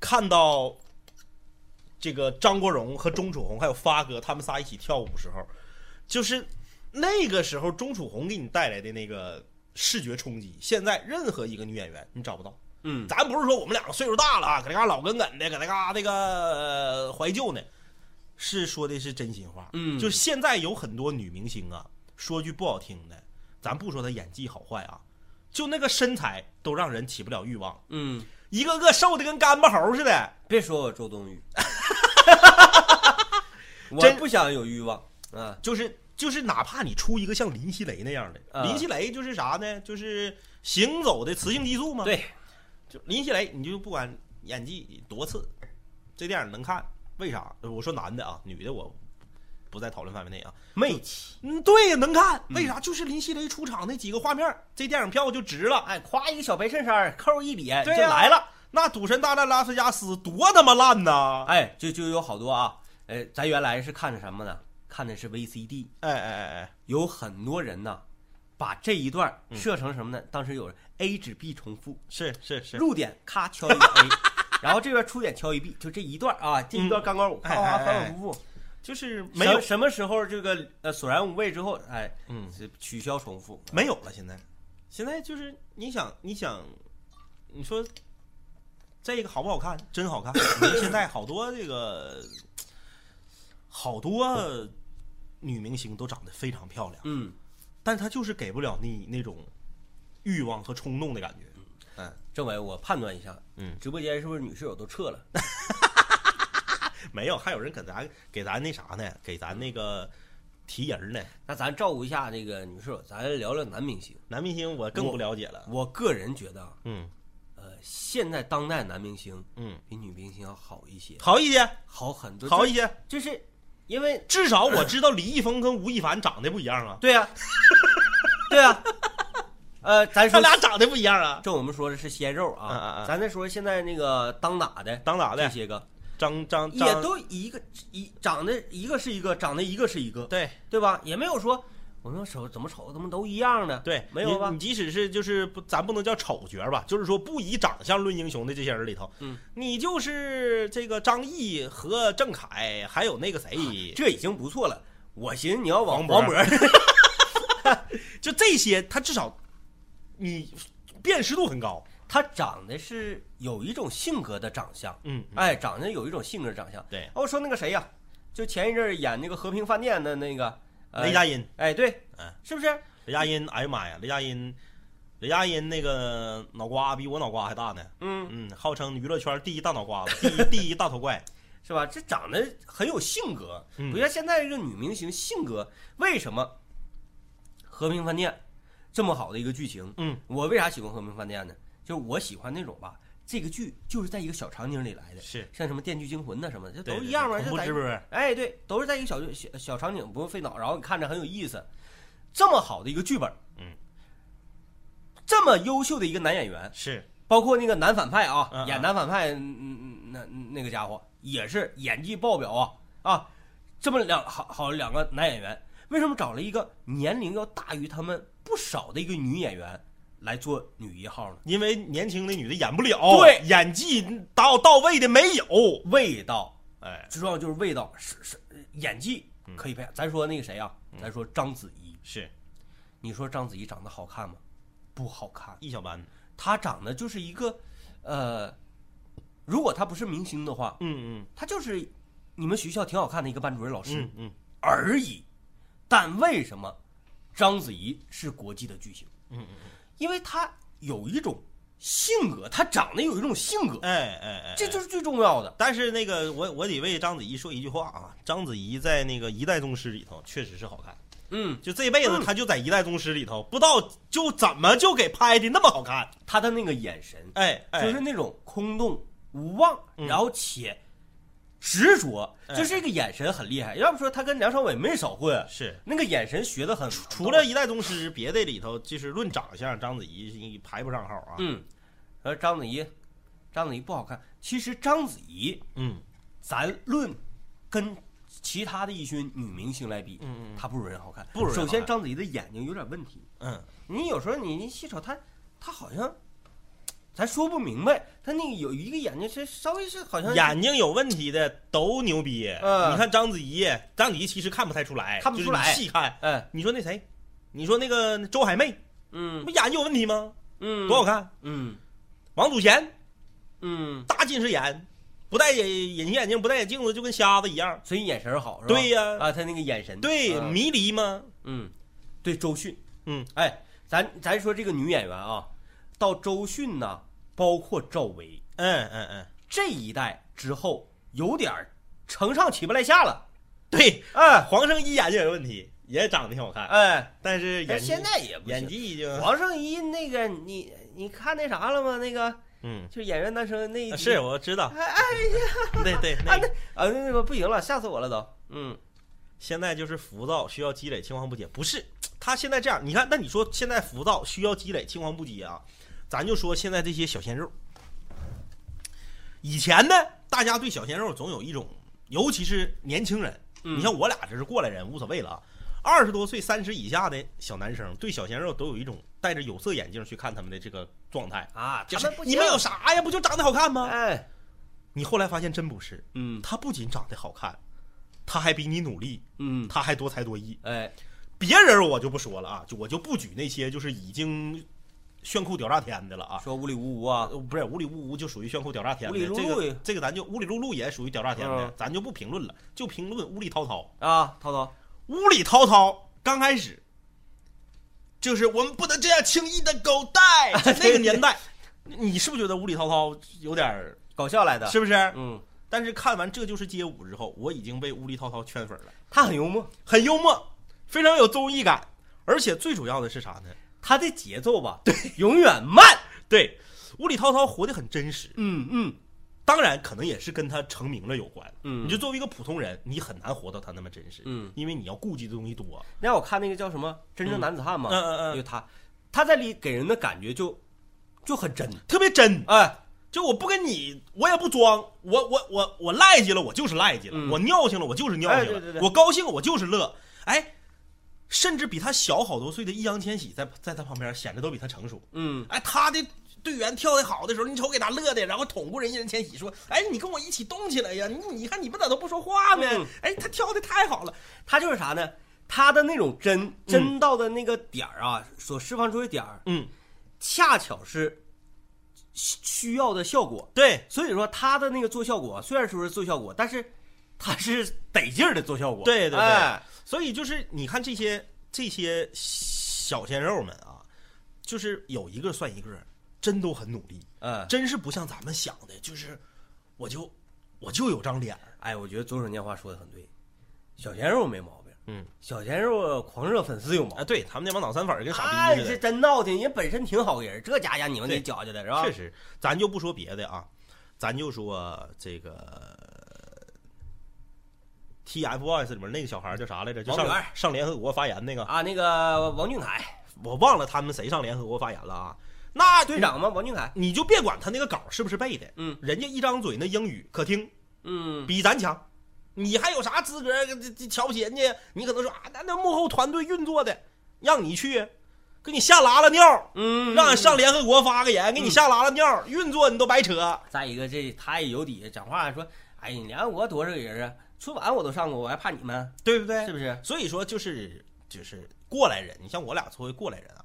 [SPEAKER 2] 看到这个张国荣和钟楚红还有发哥他们仨一起跳舞时候，就是那个时候钟楚红给你带来的那个视觉冲击，现在任何一个女演员你找不到。
[SPEAKER 1] 嗯
[SPEAKER 2] 咱不是说我们两个岁数大了啊，搁那嘎老耿耿的，搁那嘎那个、呃怀旧呢，是说的是真心话。
[SPEAKER 1] 嗯
[SPEAKER 2] 就是现在有很多女明星啊，说句不好听的，咱不说她演技好坏啊，就那个身材都让人起不了欲望，
[SPEAKER 1] 嗯。
[SPEAKER 2] 一个个瘦的跟干巴猴似的。
[SPEAKER 1] 别说我周 冬雨，我
[SPEAKER 2] 真
[SPEAKER 1] 不想有欲望啊。
[SPEAKER 2] 就是就是，哪怕你出一个像林熙蕾那样的，
[SPEAKER 1] 啊
[SPEAKER 2] 林熙蕾就是啥呢？就是行走的雌性激素嘛。，
[SPEAKER 1] 对，
[SPEAKER 2] 就林熙蕾，你就不管演技多次，这电影能看，为啥？我说男的啊，女的我不在讨论范围内啊。
[SPEAKER 1] 媚气，
[SPEAKER 2] 嗯，对呀，能看，为啥？就是林熙蕾出场那几个画面，这电影票就值了。
[SPEAKER 1] 哎，夸一个小白衬衫，扣一脸
[SPEAKER 2] 对啊
[SPEAKER 1] 就
[SPEAKER 2] 呀
[SPEAKER 1] 来了。
[SPEAKER 2] 那赌神大战拉斯加斯多他妈烂呐！
[SPEAKER 1] 哎，就就有好多啊，哎，咱原来是看的什么呢？看的是 VCD，
[SPEAKER 2] 哎哎哎哎，
[SPEAKER 1] 有很多人呐，把这一段
[SPEAKER 2] 嗯
[SPEAKER 1] 设成什么呢？当时有人 A 指 B 重复，
[SPEAKER 2] 是是是，
[SPEAKER 1] 入点咔敲一个 A，然后 这边出点敲一 B，就这一段啊，这一段钢管舞，啊
[SPEAKER 2] 哎
[SPEAKER 1] 咔咔
[SPEAKER 2] 哎
[SPEAKER 1] 反
[SPEAKER 2] 哎
[SPEAKER 1] 反复复，
[SPEAKER 2] 就是
[SPEAKER 1] 没
[SPEAKER 2] 没
[SPEAKER 1] 有
[SPEAKER 2] 有，
[SPEAKER 1] 什么时候这个呃索然无味之后，哎，
[SPEAKER 2] 嗯，
[SPEAKER 1] 是取消重复，
[SPEAKER 2] 没有了。现在，现在就是你想，你想，你说这个好不好看？真好看。因为现在好多这个好多女明星都长得非常漂亮，
[SPEAKER 1] 嗯，
[SPEAKER 2] 但她就是给不了你那种欲望和冲动的感觉。
[SPEAKER 1] 政委，我判断一下，
[SPEAKER 2] 嗯，
[SPEAKER 1] 直播间是不是女室友都撤了？
[SPEAKER 2] 没有，还有人给咱给咱那啥呢？给咱那个提人呢。
[SPEAKER 1] 那咱照顾一下那个女室友，咱聊聊男明星。
[SPEAKER 2] 男明星我更不了解了。
[SPEAKER 1] 我个人觉得，
[SPEAKER 2] 嗯
[SPEAKER 1] 呃，现在当代男明星
[SPEAKER 2] 嗯，
[SPEAKER 1] 比女明星要好一些，
[SPEAKER 2] 好一些，
[SPEAKER 1] 好很多，
[SPEAKER 2] 好一些。
[SPEAKER 1] 就是因为
[SPEAKER 2] 至少我知道李易峰跟吴亦凡长得不一样啊，
[SPEAKER 1] 对呀、 对呀、呃，咱说
[SPEAKER 2] 他俩长得不一样啊。
[SPEAKER 1] 这我们说的是鲜肉
[SPEAKER 2] 啊啊
[SPEAKER 1] 啊，
[SPEAKER 2] 啊
[SPEAKER 1] 咱再说现在那个当打的
[SPEAKER 2] 当咋
[SPEAKER 1] 这
[SPEAKER 2] 的？
[SPEAKER 1] 些个，
[SPEAKER 2] 张张张
[SPEAKER 1] 也都一个一长得一个是一个，长得一个是一个，
[SPEAKER 2] 对
[SPEAKER 1] 对吧？也没有说我们瞅怎么瞅怎么都一样的，
[SPEAKER 2] 对，
[SPEAKER 1] 没有吧
[SPEAKER 2] 你？你即使是就是不，咱不能叫丑角吧，就是说不以长相论英雄的这些人里头，
[SPEAKER 1] 嗯，
[SPEAKER 2] 你就是这个张译和郑恺，还有那个谁，
[SPEAKER 1] 这已经不错了。我寻思你要往
[SPEAKER 2] 黄
[SPEAKER 1] 黄
[SPEAKER 2] 渤
[SPEAKER 1] 渤，
[SPEAKER 2] 就这些，他至少你辨识度很高。
[SPEAKER 1] 他长得是有一种性格的长相，
[SPEAKER 2] 嗯，
[SPEAKER 1] 哎，长得有一种性格的长相。
[SPEAKER 2] 对，
[SPEAKER 1] 哦我说那个谁呀、就前一阵儿演那个《和平饭店》的那个呃
[SPEAKER 2] 雷佳音，
[SPEAKER 1] 哎，对
[SPEAKER 2] 嗯，
[SPEAKER 1] 是不是？
[SPEAKER 2] 雷佳音，哎呀妈呀，雷佳音，雷佳音那个脑瓜比我脑瓜还大呢。
[SPEAKER 1] 嗯，
[SPEAKER 2] 嗯，号称娱乐圈第一大脑瓜子，第一第一大头怪。
[SPEAKER 1] 是吧？这长得很有性格，
[SPEAKER 2] 嗯
[SPEAKER 1] 不像现在这个女明星性格。为什么《和平饭店》这么好的一个剧情？
[SPEAKER 2] 嗯，
[SPEAKER 1] 我为啥喜欢《和平饭店》呢？就是我喜欢那种吧，这个剧就是在一个小场景里来的，
[SPEAKER 2] 是，
[SPEAKER 1] 像什么《电锯惊魂》呐什么的，这
[SPEAKER 2] 对
[SPEAKER 1] 都一样嘛，
[SPEAKER 2] 对对
[SPEAKER 1] 就
[SPEAKER 2] 恐怖
[SPEAKER 1] 在一
[SPEAKER 2] 直
[SPEAKER 1] 个
[SPEAKER 2] 播间。
[SPEAKER 1] 哎，对，都是在一个小小小场景，不用费脑，然后你看着很有意思。这么好的一个剧本，
[SPEAKER 2] 嗯，
[SPEAKER 1] 这么优秀的一个男演员，
[SPEAKER 2] 是，
[SPEAKER 1] 包括那个男反派啊，
[SPEAKER 2] 嗯嗯
[SPEAKER 1] 演男反派，嗯嗯嗯那那个家伙也是演技爆表啊啊！这么两好好两个男演员，为什么找了一个年龄要大于他们不少的一个女演员来做女一号呢？
[SPEAKER 2] 因为年轻的女的演不了，
[SPEAKER 1] 对
[SPEAKER 2] 演技到到位的没有。
[SPEAKER 1] 味道
[SPEAKER 2] 哎，
[SPEAKER 1] 最重要就是味道，是是演技
[SPEAKER 2] 嗯
[SPEAKER 1] 可以培养。咱说那个谁啊，咱说章子怡，
[SPEAKER 2] 是
[SPEAKER 1] 你说章子怡长得好看吗？不好看，
[SPEAKER 2] 一小般。
[SPEAKER 1] 她长得就是一个，呃，如果她不是明星的话，
[SPEAKER 2] 嗯
[SPEAKER 1] 他就是你们学校挺好看的一个班主任老师
[SPEAKER 2] 嗯嗯
[SPEAKER 1] 而已。但为什么章子怡是国际的巨星？
[SPEAKER 2] 嗯
[SPEAKER 1] 因为她有一种性格，她长得有一种性格
[SPEAKER 2] 嗯，，哎哎哎，
[SPEAKER 1] 这
[SPEAKER 2] 哎
[SPEAKER 1] 就是最重要的。
[SPEAKER 2] 但是那个我我得为章子怡说一句话啊，章子怡在那个《一代宗师》里头确实是好看，
[SPEAKER 1] 嗯，
[SPEAKER 2] 就这辈子她就在《一代宗师》里头，不知道就怎么就给拍的那么好看。
[SPEAKER 1] 她的那个眼神，
[SPEAKER 2] 哎哎，
[SPEAKER 1] 就是那种空洞无望，
[SPEAKER 2] 嗯
[SPEAKER 1] 然后且执着，
[SPEAKER 2] 哎
[SPEAKER 1] 就这个眼神很厉害。要不说她跟梁朝伟没少混，
[SPEAKER 2] 是
[SPEAKER 1] 那个眼神学的很。
[SPEAKER 2] 除了《嗯一代宗师》，别的里头就是论长相，章子怡排不上号啊。
[SPEAKER 1] 嗯，呃，章子怡，章子怡不好看。其实章子怡
[SPEAKER 2] 嗯，
[SPEAKER 1] 咱论跟其他的一些女明星来比，
[SPEAKER 2] 嗯嗯
[SPEAKER 1] 她不如人好看。
[SPEAKER 2] 不如人好看
[SPEAKER 1] 首先，章子怡的眼睛有点问题，
[SPEAKER 2] 嗯，
[SPEAKER 1] 你有时候你你细瞅她，她好像咱说不明白，她那个有一个眼睛是稍微是好像，
[SPEAKER 2] 眼睛有问题的都牛逼。
[SPEAKER 1] 嗯
[SPEAKER 2] 你看章子怡，章子怡其实看不太出来，
[SPEAKER 1] 看不出来
[SPEAKER 2] 就是你细看。
[SPEAKER 1] 哎，
[SPEAKER 2] 你说那谁，你说那个周海媚，
[SPEAKER 1] 嗯
[SPEAKER 2] 不眼睛有问题吗？
[SPEAKER 1] 嗯，
[SPEAKER 2] 多好看！
[SPEAKER 1] 嗯
[SPEAKER 2] 王祖贤
[SPEAKER 1] 嗯，
[SPEAKER 2] 大近视眼，不戴隐形眼镜，不戴眼镜子就跟瞎子一样。
[SPEAKER 1] 所以眼神好是吧？
[SPEAKER 2] 对呀、
[SPEAKER 1] 啊，她那个眼神，
[SPEAKER 2] 对，
[SPEAKER 1] 嗯
[SPEAKER 2] 迷离吗？
[SPEAKER 1] 嗯，对周迅，
[SPEAKER 2] 嗯，
[SPEAKER 1] 哎，咱咱说这个女演员啊，到周迅呢，包括赵薇，
[SPEAKER 2] 嗯嗯嗯，
[SPEAKER 1] 这一代之后有点儿承上启不来下了，
[SPEAKER 2] 对，
[SPEAKER 1] 哎
[SPEAKER 2] 黄圣依眼睛有问题，也长得挺好看，
[SPEAKER 1] 哎，
[SPEAKER 2] 但是
[SPEAKER 1] 但
[SPEAKER 2] 演技
[SPEAKER 1] 现在也不
[SPEAKER 2] 演
[SPEAKER 1] 行。
[SPEAKER 2] 技已经
[SPEAKER 1] 黄圣依那个，你你看那啥了吗？那个
[SPEAKER 2] 嗯。啊
[SPEAKER 1] 就是演员诞生那一集
[SPEAKER 2] 是，我知道。
[SPEAKER 1] 哎
[SPEAKER 2] 对对，那
[SPEAKER 1] 啊
[SPEAKER 2] 个
[SPEAKER 1] 啊，那个不行了，吓死我了都。嗯
[SPEAKER 2] 现在就是浮躁，需要积累，青黄不接。不是，他现在这样，你看，那你说现在浮躁需要积累，青黄不接啊？咱就说现在这些小鲜肉，以前呢，大家对小鲜肉总有一种，尤其是年轻人，
[SPEAKER 1] 嗯
[SPEAKER 2] 你像我俩这是过来人，无所谓了啊。二十多岁、三十以下的小男生对小鲜肉都有一种戴着有色眼镜去看他们的这个状态，
[SPEAKER 1] 啊，
[SPEAKER 2] 就
[SPEAKER 1] 他
[SPEAKER 2] 是
[SPEAKER 1] 们不
[SPEAKER 2] 你
[SPEAKER 1] 行
[SPEAKER 2] 们有啥呀？不就长得好看吗？
[SPEAKER 1] 哎，
[SPEAKER 2] 你后来发现真不是，
[SPEAKER 1] 嗯
[SPEAKER 2] 他不仅长得好看，他还比你努力，
[SPEAKER 1] 嗯，
[SPEAKER 2] 他还多才多艺。
[SPEAKER 1] 哎，
[SPEAKER 2] 别人我就不说了啊，就我就不举那些就是已经炫酷屌炸天的了啊。
[SPEAKER 1] 说无里无无啊，
[SPEAKER 2] 呃不是无里无无就属于炫酷屌炸天的，
[SPEAKER 1] 无里露
[SPEAKER 2] 这
[SPEAKER 1] 露
[SPEAKER 2] 个
[SPEAKER 1] 也
[SPEAKER 2] 这个咱就无里露露也属于屌炸天的，
[SPEAKER 1] 嗯
[SPEAKER 2] 咱就不评论了，就评论无里涛涛。
[SPEAKER 1] 啊，涛涛，
[SPEAKER 2] 无里涛涛刚开始就是我们不能这样轻易的狗带，在那个 年代，你是不是觉得无里涛涛有点儿
[SPEAKER 1] 搞笑来的，
[SPEAKER 2] 是不是？
[SPEAKER 1] 嗯，
[SPEAKER 2] 但是看完《这就是街舞》之后，我已经被无里涛涛圈粉了，
[SPEAKER 1] 他很幽默，
[SPEAKER 2] 很幽默，非常有综艺感，而且最主要的是啥呢？
[SPEAKER 1] 他的节奏吧，对，永远 慢，
[SPEAKER 2] 对，无里涛涛活得很真实，
[SPEAKER 1] 嗯嗯
[SPEAKER 2] 当然可能也是跟他成名了有关。
[SPEAKER 1] 嗯
[SPEAKER 2] 你就作为一个普通人，你很难活到他那么真实，
[SPEAKER 1] 嗯。
[SPEAKER 2] 因为你要顾忌的东西多。
[SPEAKER 1] 那我看那个叫什么《真正男子汉》嘛，
[SPEAKER 2] 嗯
[SPEAKER 1] 就，他，他在里给人的感觉就就很真，
[SPEAKER 2] 特别真。
[SPEAKER 1] 哎，
[SPEAKER 2] 就我不跟你，我也不装，我我我我赖叽了，我就是赖叽了；
[SPEAKER 1] 嗯
[SPEAKER 2] 我尿性了，我就是尿性了；
[SPEAKER 1] 哎对对对
[SPEAKER 2] 我高兴，我就是乐。哎，甚至比他小好多岁的易烊千玺在在他旁边显得都比他成熟。
[SPEAKER 1] 嗯
[SPEAKER 2] 哎，他的队员跳的好的时候，你瞅给他乐的，然后捅咕人易烊千玺说：“哎，你跟我一起动起来呀！你你看你们咋都不说话呢？
[SPEAKER 1] 嗯
[SPEAKER 2] 哎，他跳的太好了。，
[SPEAKER 1] 他就是啥呢？他的那种真真到的那个点儿啊，所释放出的点儿，
[SPEAKER 2] 嗯，
[SPEAKER 1] 恰巧是需需要的效果。
[SPEAKER 2] 对
[SPEAKER 1] 所以说他的那个做效果，虽然说是做效果，但是他是得劲儿的做效果。
[SPEAKER 2] 对对对。
[SPEAKER 1] 哎
[SPEAKER 2] 所以就是你看这些这些小鲜肉们啊，就是有一个算一个，真都很努力。
[SPEAKER 1] 嗯，
[SPEAKER 2] 真是不像咱们想的，就是我就我就有张脸儿
[SPEAKER 1] 哎，我觉得左手年华说的很对，小鲜肉没毛病，
[SPEAKER 2] 嗯，
[SPEAKER 1] 小鲜肉狂热粉丝有毛病。
[SPEAKER 2] 啊。对他们那帮脑残粉儿跟傻
[SPEAKER 1] 哎，
[SPEAKER 2] 逼
[SPEAKER 1] 这
[SPEAKER 2] 似
[SPEAKER 1] 真闹挺，人本身挺好人，这家家你们给
[SPEAKER 2] 对
[SPEAKER 1] 搅起来是
[SPEAKER 2] 的，
[SPEAKER 1] 吧？
[SPEAKER 2] 确实。咱就不说别的啊，咱就说这个 TFBOYS 里面那个小孩儿叫啥来着？就
[SPEAKER 1] 王
[SPEAKER 2] 上
[SPEAKER 1] 源儿
[SPEAKER 2] 上联合国发言那个，
[SPEAKER 1] 啊，那个王俊凯
[SPEAKER 2] 我忘了他们谁上联合国发言了啊。那
[SPEAKER 1] 队，长吗？王俊凯，
[SPEAKER 2] 你就别管他那个稿是不是背的，
[SPEAKER 1] 嗯，
[SPEAKER 2] 人家一张嘴那英语可听，
[SPEAKER 1] 嗯，
[SPEAKER 2] 比咱强。你还有啥资格这这瞧不起人家？你可能说啊，那那幕后团队运作的，让你去，给你吓拉拉尿，
[SPEAKER 1] 嗯，
[SPEAKER 2] 让你上联合国发个言，给你吓拉拉尿，运作你都白扯。
[SPEAKER 1] 再一个，这他也有底，讲话说，哎，你连我多少个人啊？春晚我都上过，我还怕你们？
[SPEAKER 2] 对不对
[SPEAKER 1] 是不是？
[SPEAKER 2] 所以说就是就是过来人，你像我俩作为过来人啊，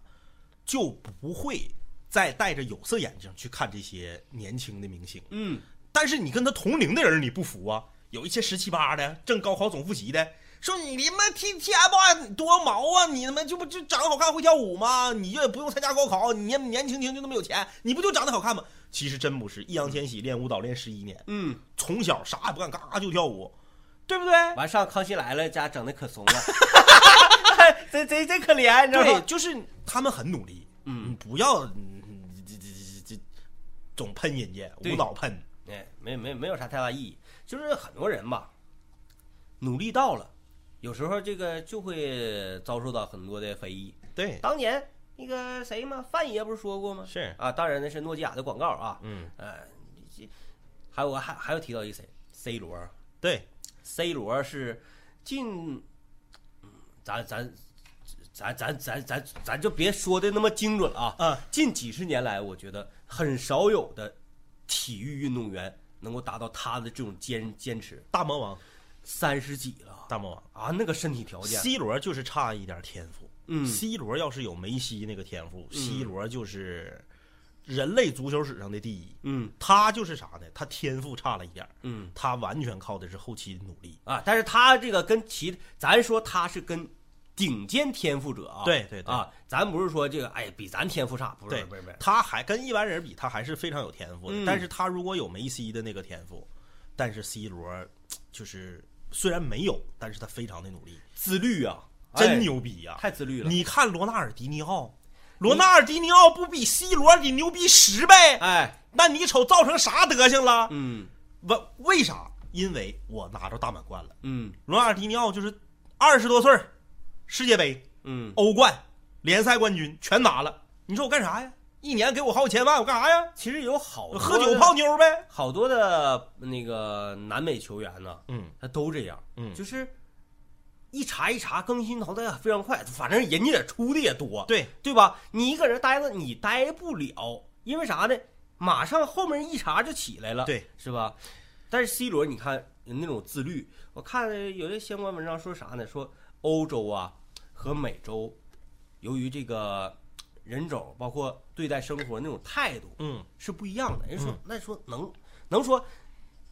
[SPEAKER 2] 就不会再戴着有色眼镜去看这些年轻的明星。
[SPEAKER 1] 嗯，
[SPEAKER 2] 但是你跟他同龄的人你不服啊，有一些十七八的正高考总复习的，说你他妈 T T F 啊多毛啊，你他妈就不就长得好看会跳舞吗？你这也不用参加高考，你年年轻轻就那么有钱，你不就长得好看吗？其实真不是，易烊千玺练舞蹈练十一年，
[SPEAKER 1] 嗯，
[SPEAKER 2] 从小啥也不干，嘎嘎就跳舞，对不对？
[SPEAKER 1] 完上《康熙来了》家整的可 怂了， 贼贼贼可怜，你知道
[SPEAKER 2] 对，
[SPEAKER 1] 吗？
[SPEAKER 2] 就是他们很努力，
[SPEAKER 1] 嗯
[SPEAKER 2] 你不要嗯这这这这总喷人家，
[SPEAKER 1] 对
[SPEAKER 2] 无脑喷，
[SPEAKER 1] 哎，没没没有啥太大意义，就是很多人吧，努力到了，有时候这个就会遭受到很多的非议。
[SPEAKER 2] 对，
[SPEAKER 1] 当年那个谁嘛，范爷不是说过吗？
[SPEAKER 2] 哎是，
[SPEAKER 1] 啊，当然那是诺基亚的广告啊。
[SPEAKER 2] 嗯，
[SPEAKER 1] 呃，这还有我还还要提到一个谁，C 罗
[SPEAKER 2] 对，
[SPEAKER 1] ，C 罗是近，嗯咱咱咱咱咱咱咱就别说的那么精准啊。
[SPEAKER 2] 嗯，
[SPEAKER 1] 近几十年来，我觉得很少有的体育运动员能够达到他的这种坚坚持。
[SPEAKER 2] 大魔王，
[SPEAKER 1] 三十几了
[SPEAKER 2] 大魔王。
[SPEAKER 1] 啊，那个身体条件，
[SPEAKER 2] C 罗就是差一点天赋。
[SPEAKER 1] 嗯
[SPEAKER 2] ，C 罗要是有梅西那个天赋、c 罗就是人类足球史上的第一。
[SPEAKER 1] 嗯
[SPEAKER 2] 他就是啥呢？他天赋差了一点儿，
[SPEAKER 1] 嗯
[SPEAKER 2] 他完全靠的是后期努力。
[SPEAKER 1] 啊，但是他这个跟其，咱说他是跟顶尖天赋者啊，
[SPEAKER 2] 对对对
[SPEAKER 1] 啊，咱不是说这个哎比咱天赋差，不
[SPEAKER 2] 对
[SPEAKER 1] 是不是不是，
[SPEAKER 2] 他还跟一般人比，他还是非常有天赋的。
[SPEAKER 1] 嗯
[SPEAKER 2] 但是他如果有梅西的那个天赋，但是 C 罗嘖就是虽然没有，但是他非常的努力，
[SPEAKER 1] 自律啊，
[SPEAKER 2] 真
[SPEAKER 1] 哎
[SPEAKER 2] 牛逼呀、
[SPEAKER 1] 太自律了，
[SPEAKER 2] 你看罗纳尔迪尼奥，罗纳尔迪尼奥不比 C 罗得牛逼十倍？
[SPEAKER 1] 哎，
[SPEAKER 2] 那你瞅造成啥德行了？
[SPEAKER 1] 嗯
[SPEAKER 2] 为为啥？因为我拿着大满贯了。
[SPEAKER 1] 嗯
[SPEAKER 2] 罗纳尔迪尼奥就是二十多岁儿世界杯、
[SPEAKER 1] 嗯，
[SPEAKER 2] 欧冠、联赛冠军全拿了。你说我干啥呀？一年给我好几千万，我干啥呀？
[SPEAKER 1] 其实有好多
[SPEAKER 2] 喝酒
[SPEAKER 1] 的
[SPEAKER 2] 泡妞呗。
[SPEAKER 1] 好多的那个南美球员呢，
[SPEAKER 2] 嗯
[SPEAKER 1] 他都这样，
[SPEAKER 2] 嗯，
[SPEAKER 1] 就是一查一查，更新淘汰非常快，反正人家也出的也多，
[SPEAKER 2] 对，
[SPEAKER 1] 对吧？你一个人待着你待不了，因为啥呢？马上后面一查就起来了，
[SPEAKER 2] 对，
[SPEAKER 1] 是吧？但是 C 罗，你看那种自律，我看有些相关文章说啥呢？说欧洲啊和美洲，由于这个人种，包括对待生活那种态度
[SPEAKER 2] 嗯
[SPEAKER 1] 是不一样的。人说那说能能说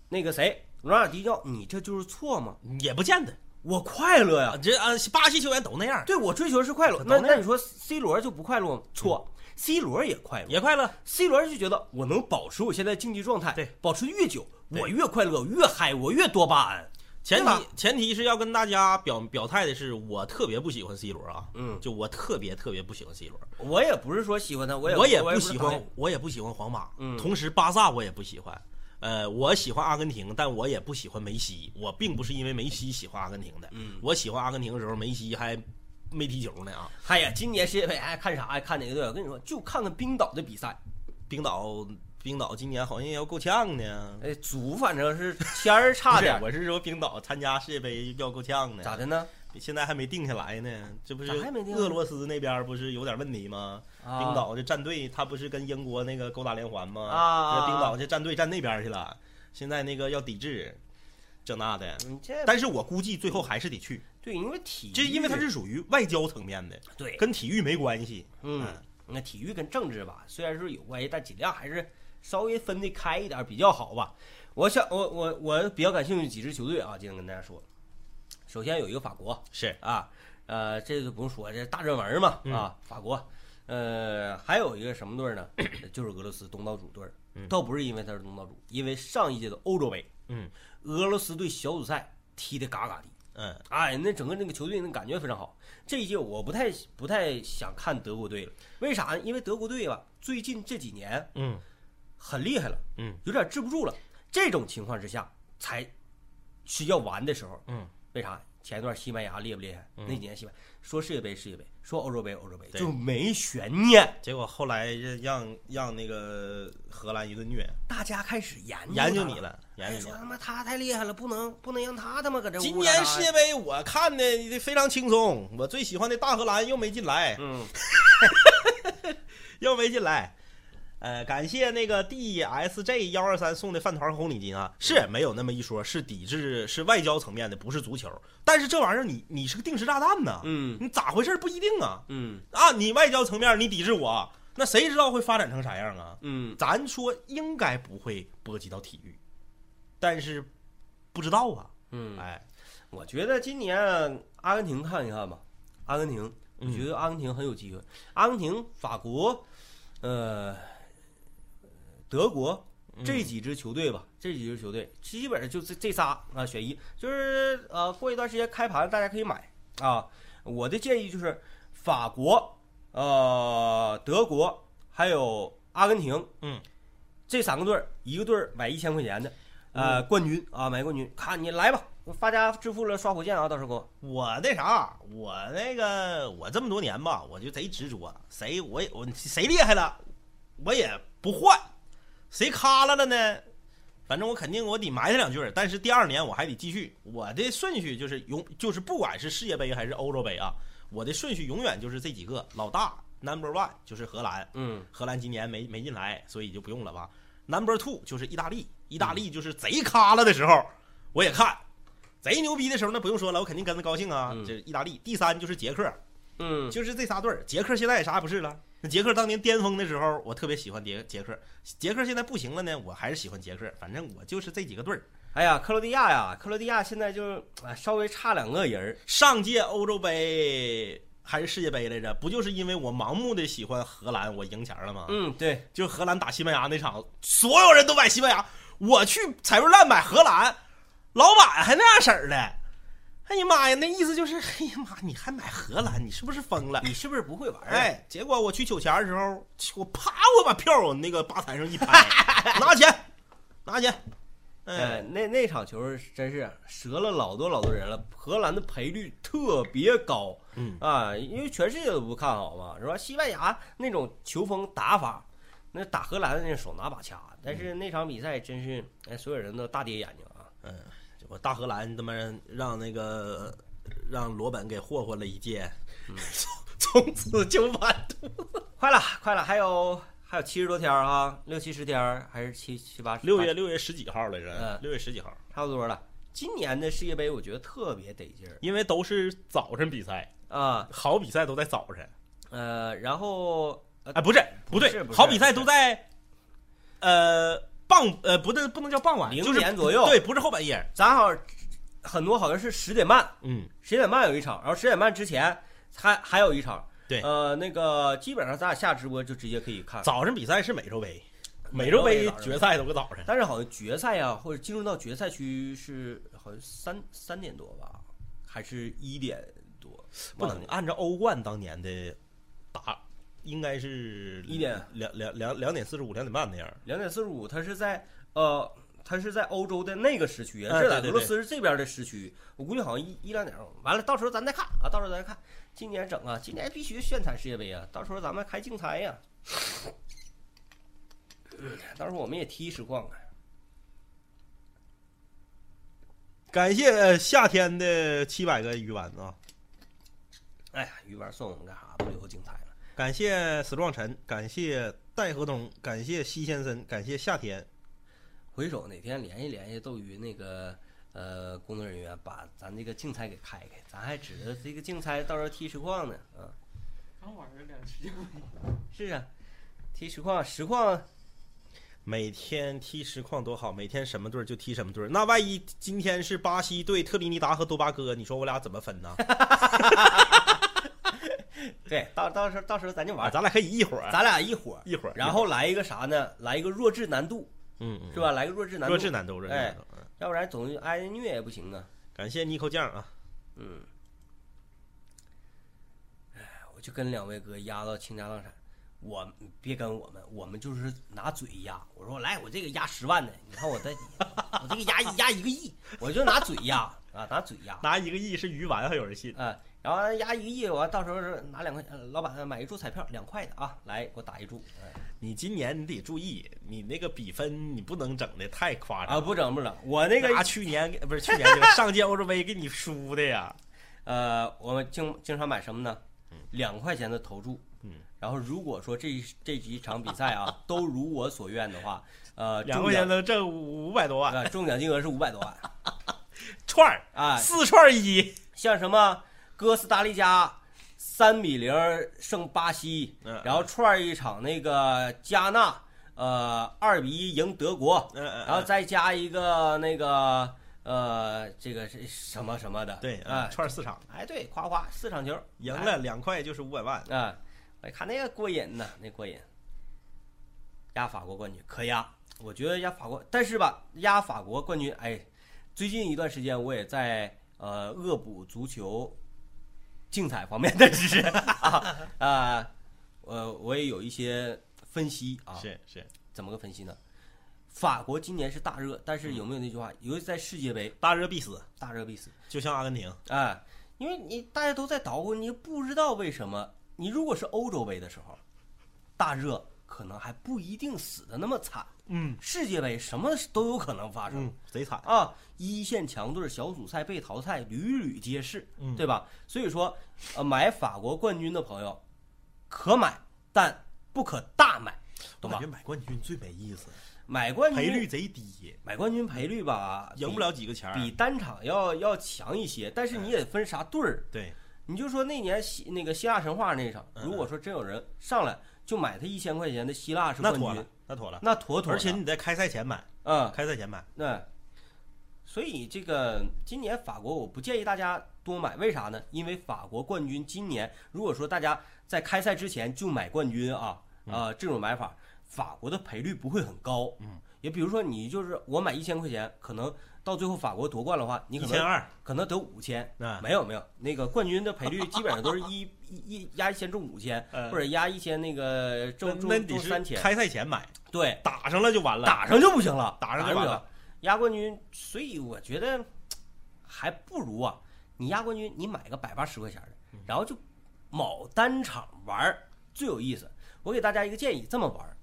[SPEAKER 1] 那个谁罗纳尔迪奥，你这就是错吗？
[SPEAKER 2] 也不见得
[SPEAKER 1] 我快乐呀
[SPEAKER 2] 啊，，这啊，巴西球员都那样，
[SPEAKER 1] 对我追求的是快乐
[SPEAKER 2] 可。
[SPEAKER 1] 那
[SPEAKER 2] 能
[SPEAKER 1] 那你说 C 罗就不快乐吗？错，C 罗也快乐。
[SPEAKER 2] 也快乐。
[SPEAKER 1] C 罗就觉得我能保持我现在竞技状态，
[SPEAKER 2] 对，
[SPEAKER 1] 保持得越久，
[SPEAKER 2] 对
[SPEAKER 1] 我越快乐，我越嗨，我越多巴胺。
[SPEAKER 2] 前
[SPEAKER 1] 对吧
[SPEAKER 2] 提前提是要跟大家表表态的是，我特别不喜欢 C 罗啊，
[SPEAKER 1] 嗯
[SPEAKER 2] 就我特别特别不喜欢 C 罗，
[SPEAKER 1] 我也不是说喜欢他，我也
[SPEAKER 2] 我
[SPEAKER 1] 也
[SPEAKER 2] 不喜
[SPEAKER 1] 是
[SPEAKER 2] 欢
[SPEAKER 1] 讨厌，
[SPEAKER 2] 我也不喜欢皇马，
[SPEAKER 1] 嗯
[SPEAKER 2] 同时巴萨我也不喜欢，呃，我喜欢阿根廷，但我也不喜欢梅西，我并不是因为梅西喜欢阿根廷的，
[SPEAKER 1] 嗯
[SPEAKER 2] 我喜欢阿根廷的时候，梅西还没踢球呢啊，
[SPEAKER 1] 哎呀，今年世界杯爱看啥爱看哪个队？我跟你说，就看看冰岛的比赛。
[SPEAKER 2] 冰岛冰岛今年好像要够呛呢，
[SPEAKER 1] 哎，组反正是签儿差 点
[SPEAKER 2] 不是我是说冰岛参加世界杯要够呛呢，
[SPEAKER 1] 咋的呢？
[SPEAKER 2] 现在还没定下来呢，这不是
[SPEAKER 1] 咋还没定啊
[SPEAKER 2] 俄罗斯那边不是有点问题吗？
[SPEAKER 1] 啊
[SPEAKER 2] 冰岛这战队他不是跟英国那个勾搭连环吗？
[SPEAKER 1] 啊
[SPEAKER 2] 这冰岛这战队站那边去了，现在那个要抵制，这那的。
[SPEAKER 1] 你这
[SPEAKER 2] 但是我估计最后还是得去，
[SPEAKER 1] 对，因为体育
[SPEAKER 2] 这因为它是属于外交层面的，
[SPEAKER 1] 对，
[SPEAKER 2] 跟体育没关系。
[SPEAKER 1] 嗯，那体育跟政治吧，虽然说有关系，但尽量还是稍微分得开一点比较好吧。我想，我我我比较感兴趣几支球队啊，今天跟大家说，首先有一个法国，
[SPEAKER 2] 是
[SPEAKER 1] 啊，呃，这就不用说，这大热门嘛啊，法国，呃，还有一个什么队呢？ 就是俄罗斯东道主队儿，倒不是因为他是东道主，因为上一届的欧洲杯，
[SPEAKER 2] 嗯，
[SPEAKER 1] 俄罗斯队小组赛踢的嘎嘎的，
[SPEAKER 2] 嗯，
[SPEAKER 1] 哎，那整个那个球队那感觉非常好。这一届我不太不太想看德国队了，为啥呢？因为德国队吧，最近这几年
[SPEAKER 2] 嗯
[SPEAKER 1] 很厉害了，
[SPEAKER 2] 嗯，
[SPEAKER 1] 有点治不住了。这种情况之下，才是要完的时候。
[SPEAKER 2] 嗯，
[SPEAKER 1] 为啥？前一段西班牙厉不厉害？那几年西班牙说世界杯世界杯，说欧洲杯欧洲杯，
[SPEAKER 2] 对
[SPEAKER 1] 就没悬念。
[SPEAKER 2] 结果后来让让那个荷兰一顿虐，
[SPEAKER 1] 大家开始研究
[SPEAKER 2] 研究
[SPEAKER 1] 他
[SPEAKER 2] 你了，研
[SPEAKER 1] 哎
[SPEAKER 2] 究
[SPEAKER 1] 说
[SPEAKER 2] 你了。
[SPEAKER 1] 他妈他太厉害了，不能不能让他他妈搁这
[SPEAKER 2] 今
[SPEAKER 1] 乌拉拉
[SPEAKER 2] 年世界杯我看的非常轻松，我最喜欢的大荷兰又没进来，
[SPEAKER 1] 嗯，
[SPEAKER 2] 又没进来。呃，感谢那个 DSJ 幺二三送的饭团和红领巾啊，是没有那么一说，是抵制，是外交层面的，不是足球。但是这玩意儿你你是个定时炸弹呐，
[SPEAKER 1] 嗯
[SPEAKER 2] 你咋回事儿不一定啊
[SPEAKER 1] 嗯
[SPEAKER 2] 啊！你外交层面你抵制我，那谁知道会发展成啥样啊？
[SPEAKER 1] 嗯，
[SPEAKER 2] 咱说应该不会波及到体育，但是不知道啊，
[SPEAKER 1] 嗯
[SPEAKER 2] 哎，
[SPEAKER 1] 我觉得今年阿根廷看一看吧，阿根廷，我觉得阿根廷很有机会。阿根廷、法国，呃，德国这几支球队吧，这几支球队基本上就这这仨啊选一，就是呃过一段时间开盘大家可以买啊。我的建议就是法国、呃德国还有阿根廷，
[SPEAKER 2] 嗯，
[SPEAKER 1] 这三个队儿一个队儿买一千块钱的。呃，冠军啊，买冠军，看你来吧，发家致富了，刷火箭啊，到时候给我。
[SPEAKER 2] 我那啥，我那个我这么多年吧，我就贼执着，谁我也我谁厉害了，我也不换，谁卡了了呢？反正我肯定我得埋汰两句儿，但是第二年我还得继续。我的顺序就是永就是不管是世界杯还是欧洲杯啊，我的顺序永远就是这几个老大 number one 就是荷兰，
[SPEAKER 1] 嗯
[SPEAKER 2] 荷兰今年没没进来，所以就不用了吧。Number two 就是意大利，意大利就是贼卡了的时候，我也看；贼牛逼的时候，那不用说了，我肯定跟着高兴啊。
[SPEAKER 1] 嗯
[SPEAKER 2] 这意大利第三就是捷克，
[SPEAKER 1] 嗯
[SPEAKER 2] 就是这仨队儿。捷克现在也啥也不是了。那捷克当年巅峰的时候，我特别喜欢捷捷克。捷克现在不行了呢，我还是喜欢捷克。反正我就是这几个队儿。
[SPEAKER 1] 哎呀，克罗地亚呀，克罗地亚现在就是哎稍微差两个人儿，
[SPEAKER 2] 上届欧洲杯还是世界杯来着，不就是因为我盲目的喜欢荷兰，我赢钱了吗？
[SPEAKER 1] 嗯，对，
[SPEAKER 2] 就荷兰打西班牙那场，所有人都买西班牙，我去采购站买荷兰，老板还那样式儿的，哎呀妈呀，那意思就是，哎呀妈，你还买荷兰，你是不是疯了？
[SPEAKER 1] 你是不是不会玩、啊？，
[SPEAKER 2] 哎，结果我去取钱的时候，我啪，我把票往那个吧台上一拍，拿钱，拿钱，
[SPEAKER 1] 哎，那那场球真是折了老多老多人了。荷兰的赔率特别高，
[SPEAKER 2] 嗯
[SPEAKER 1] 啊，因为全世界都不看好嘛，是吧？西班牙那种球风打法，那打荷兰那手拿把掐。但是那场比赛真是，哎，所有人都大跌眼睛啊！
[SPEAKER 2] 嗯，我大荷兰他妈让那个让罗本给霍霍了一届，从 从此就完犊
[SPEAKER 1] 快了，快了，还有还有七十多天儿啊，六七十天儿还是七七八
[SPEAKER 2] 六月六月十几号来着
[SPEAKER 1] 嗯，
[SPEAKER 2] 六月十几号，
[SPEAKER 1] 差不多了。今年的世界杯我觉得特别得劲儿
[SPEAKER 2] 因为都是早晨比赛，
[SPEAKER 1] 啊，
[SPEAKER 2] 好比赛都在早晨，
[SPEAKER 1] 呃，然后呃
[SPEAKER 2] 哎，不是
[SPEAKER 1] 不
[SPEAKER 2] 对
[SPEAKER 1] 是不，是
[SPEAKER 2] 好比赛都在呃傍呃不对，不能叫傍晚，
[SPEAKER 1] 零
[SPEAKER 2] 就是
[SPEAKER 1] 点左右
[SPEAKER 2] 对，不是后半夜，
[SPEAKER 1] 咱好像很多好像是十点半，
[SPEAKER 2] 嗯，
[SPEAKER 1] 十点半有一场，然后十点半之前还还有一场。
[SPEAKER 2] 对
[SPEAKER 1] 呃，那个基本上咱俩下直播就直接可以看，
[SPEAKER 2] 早晨比赛是美洲杯，美
[SPEAKER 1] 美
[SPEAKER 2] 洲
[SPEAKER 1] 洲
[SPEAKER 2] 杯
[SPEAKER 1] 杯
[SPEAKER 2] 决赛都是早晨，
[SPEAKER 1] 但是好像决赛啊，或者进入到决赛区是好像三三点多吧，还是一点多？
[SPEAKER 2] 不
[SPEAKER 1] 忘
[SPEAKER 2] 能
[SPEAKER 1] 了
[SPEAKER 2] 按照欧冠当年的打，应该是
[SPEAKER 1] 一点
[SPEAKER 2] 两两两两点四十五两点半那样。
[SPEAKER 1] 两点四十五，它是在呃，它是在欧洲的那个时区，
[SPEAKER 2] 哎
[SPEAKER 1] 是在
[SPEAKER 2] 对对
[SPEAKER 1] 俄罗斯这边的时区。我估计好像一一两点钟，完了到时候咱再看啊，到时候咱再看。今年整啊，今年必须炫彩世界杯啊，到时候咱们开竞猜呀、嗯到时候我们也踢实况啊。
[SPEAKER 2] 感谢呃夏天的七百个鱼丸啊！
[SPEAKER 1] 哎呀，鱼丸送我们干啥？不留竞猜了。
[SPEAKER 2] 感谢 strong 陈，感谢戴河东，感谢西先生，感谢夏天。
[SPEAKER 1] 回首哪天联系联系斗鱼那个呃工作人员，把咱这个竞猜给开开，咱还指着这个竞猜到时候踢实况呢啊。
[SPEAKER 3] 刚玩了两局，
[SPEAKER 1] 是啊，踢实况，实况
[SPEAKER 2] 每天踢实况多好，每天什么队儿就踢什么队儿。那万一今天是巴西对特立尼达和多巴哥，你说我俩怎么分呢？
[SPEAKER 1] 对，到到时候到时候咱就玩
[SPEAKER 2] 啊，
[SPEAKER 1] 儿，
[SPEAKER 2] 咱俩可以一伙儿，
[SPEAKER 1] 咱俩一伙儿，
[SPEAKER 2] 一伙儿，
[SPEAKER 1] 然后来一个啥呢？来一个弱智难度，
[SPEAKER 2] 嗯，嗯
[SPEAKER 1] 是？吧？来个弱智难
[SPEAKER 2] 弱智
[SPEAKER 1] 度，
[SPEAKER 2] 难度，弱智
[SPEAKER 1] 哎
[SPEAKER 2] 难度。嗯
[SPEAKER 1] 要不然总挨着虐也不行啊。
[SPEAKER 2] 感谢 Nico 酱啊，
[SPEAKER 1] 嗯，哎，我就跟两位哥压到倾家荡产，我别跟我们，我们就是拿嘴压。我说来，我这个压十万的，你看我的，我这 个压压一个亿，我就拿嘴压啊，拿嘴压。
[SPEAKER 2] 拿一个亿是鱼丸，还有人信？
[SPEAKER 1] 啊，然后压一个亿，完到时候是拿两块，呃老板买一注彩票，两块的啊，来给我打一注。哎
[SPEAKER 2] 你今年你得注意，你那个比分你不能整的太夸张。
[SPEAKER 1] 啊，不整不整，我那个
[SPEAKER 2] 拿去年给不 是去年这个上届欧洲杯给你输的呀，
[SPEAKER 1] 呃，我们经经常买什么呢？两块钱的投注。
[SPEAKER 2] 嗯，
[SPEAKER 1] 然后如果说这一这几场比赛 啊，都如我所愿的话，呃，
[SPEAKER 2] 两
[SPEAKER 1] 中
[SPEAKER 2] 块钱
[SPEAKER 1] 奖
[SPEAKER 2] 能挣五百多万
[SPEAKER 1] 呃中奖金额是五百多万
[SPEAKER 2] 串儿，
[SPEAKER 1] 啊，
[SPEAKER 2] 四串儿一。
[SPEAKER 1] 像什么哥斯达黎加三比零胜巴西
[SPEAKER 2] 嗯嗯，
[SPEAKER 1] 啊然后串儿一场那个加纳，呃，二比一赢德国，
[SPEAKER 2] 嗯嗯
[SPEAKER 1] 然后再加一个那个呃，这个是什么什么的，
[SPEAKER 2] 对嗯
[SPEAKER 1] 啊，
[SPEAKER 2] 串儿四场，
[SPEAKER 1] 哎对，夸夸四场球
[SPEAKER 2] 赢了两块就是五百万。
[SPEAKER 1] 啊，我看那个过瘾呐，那过瘾。压法国冠军可压，我觉得压法国，但是吧，压法国冠军，哎，最近一段时间我也在呃恶补足球竞彩方面的知识啊，啊，呃，我也有一些分析啊，
[SPEAKER 2] 是是，
[SPEAKER 1] 怎么个分析呢？法国今年是大热，但是有没有那句话，尤其在世界杯
[SPEAKER 2] 大热必死，
[SPEAKER 1] 大热必死，
[SPEAKER 2] 就像阿根廷。
[SPEAKER 1] 哎，因为你大家都在捣鼓，你不知道为什么。你如果是欧洲杯的时候，大热可能还不一定死的那么惨。
[SPEAKER 2] 嗯
[SPEAKER 1] 世界杯什么都有可能发生、
[SPEAKER 2] 嗯，贼惨。
[SPEAKER 1] 啊！一线强队小组赛被淘汰屡屡皆是，
[SPEAKER 2] 嗯
[SPEAKER 1] 对吧？所以说，呃，买法国冠军的朋友可买，但不可大买，懂
[SPEAKER 2] 感
[SPEAKER 1] 吧
[SPEAKER 2] 觉？买冠军最没意思，
[SPEAKER 1] 买冠军
[SPEAKER 2] 赔率贼低，
[SPEAKER 1] 买冠军赔率吧，
[SPEAKER 2] 赢不了哎几个钱儿
[SPEAKER 1] 比，比单场要要强一些，但是你也分啥队儿。
[SPEAKER 2] 对，
[SPEAKER 1] 你就说那年希那个希腊神话那场，
[SPEAKER 2] 嗯
[SPEAKER 1] 如果说真有人上来就买他一千块钱的希腊是
[SPEAKER 2] 那
[SPEAKER 1] 冠
[SPEAKER 2] 妥
[SPEAKER 1] 军
[SPEAKER 2] 了，，那妥了。
[SPEAKER 1] 那妥妥的。
[SPEAKER 2] 而且你在开赛前买，
[SPEAKER 1] 嗯，
[SPEAKER 2] 开赛前买。
[SPEAKER 1] 那所以这个今年法国我不建议大家多买，为啥呢？因为法国冠军今年如果说大家在开赛之前就买冠军啊，啊这种买法，法国的赔率不会很高。
[SPEAKER 2] 嗯，
[SPEAKER 1] 也比如说你就是我买一千块钱，可能到最后法国夺冠的话，你
[SPEAKER 2] 一
[SPEAKER 1] 可
[SPEAKER 2] 千
[SPEAKER 1] 能
[SPEAKER 2] 二，
[SPEAKER 1] 可能得五千。
[SPEAKER 2] 那
[SPEAKER 1] 没有没有，那个冠军的赔率基本上都是一一一压一千中五千，
[SPEAKER 2] 呃
[SPEAKER 1] 或者压一千那个中
[SPEAKER 2] 那那
[SPEAKER 1] 中
[SPEAKER 2] 得
[SPEAKER 1] 中
[SPEAKER 2] 是
[SPEAKER 1] 三千，
[SPEAKER 2] 开赛前买，
[SPEAKER 1] 对，
[SPEAKER 2] 打上了就完了。
[SPEAKER 1] 打上就不行了，
[SPEAKER 2] 打上
[SPEAKER 1] 打
[SPEAKER 2] 就
[SPEAKER 1] 上
[SPEAKER 2] 完
[SPEAKER 1] 不行
[SPEAKER 2] 了。
[SPEAKER 1] 亚冠军，所以我觉得还不如啊，你亚冠军你买个百八十块钱
[SPEAKER 2] 嗯
[SPEAKER 1] 的，然后就卯单场玩儿最有意思。我给大家一个建议，这么玩儿，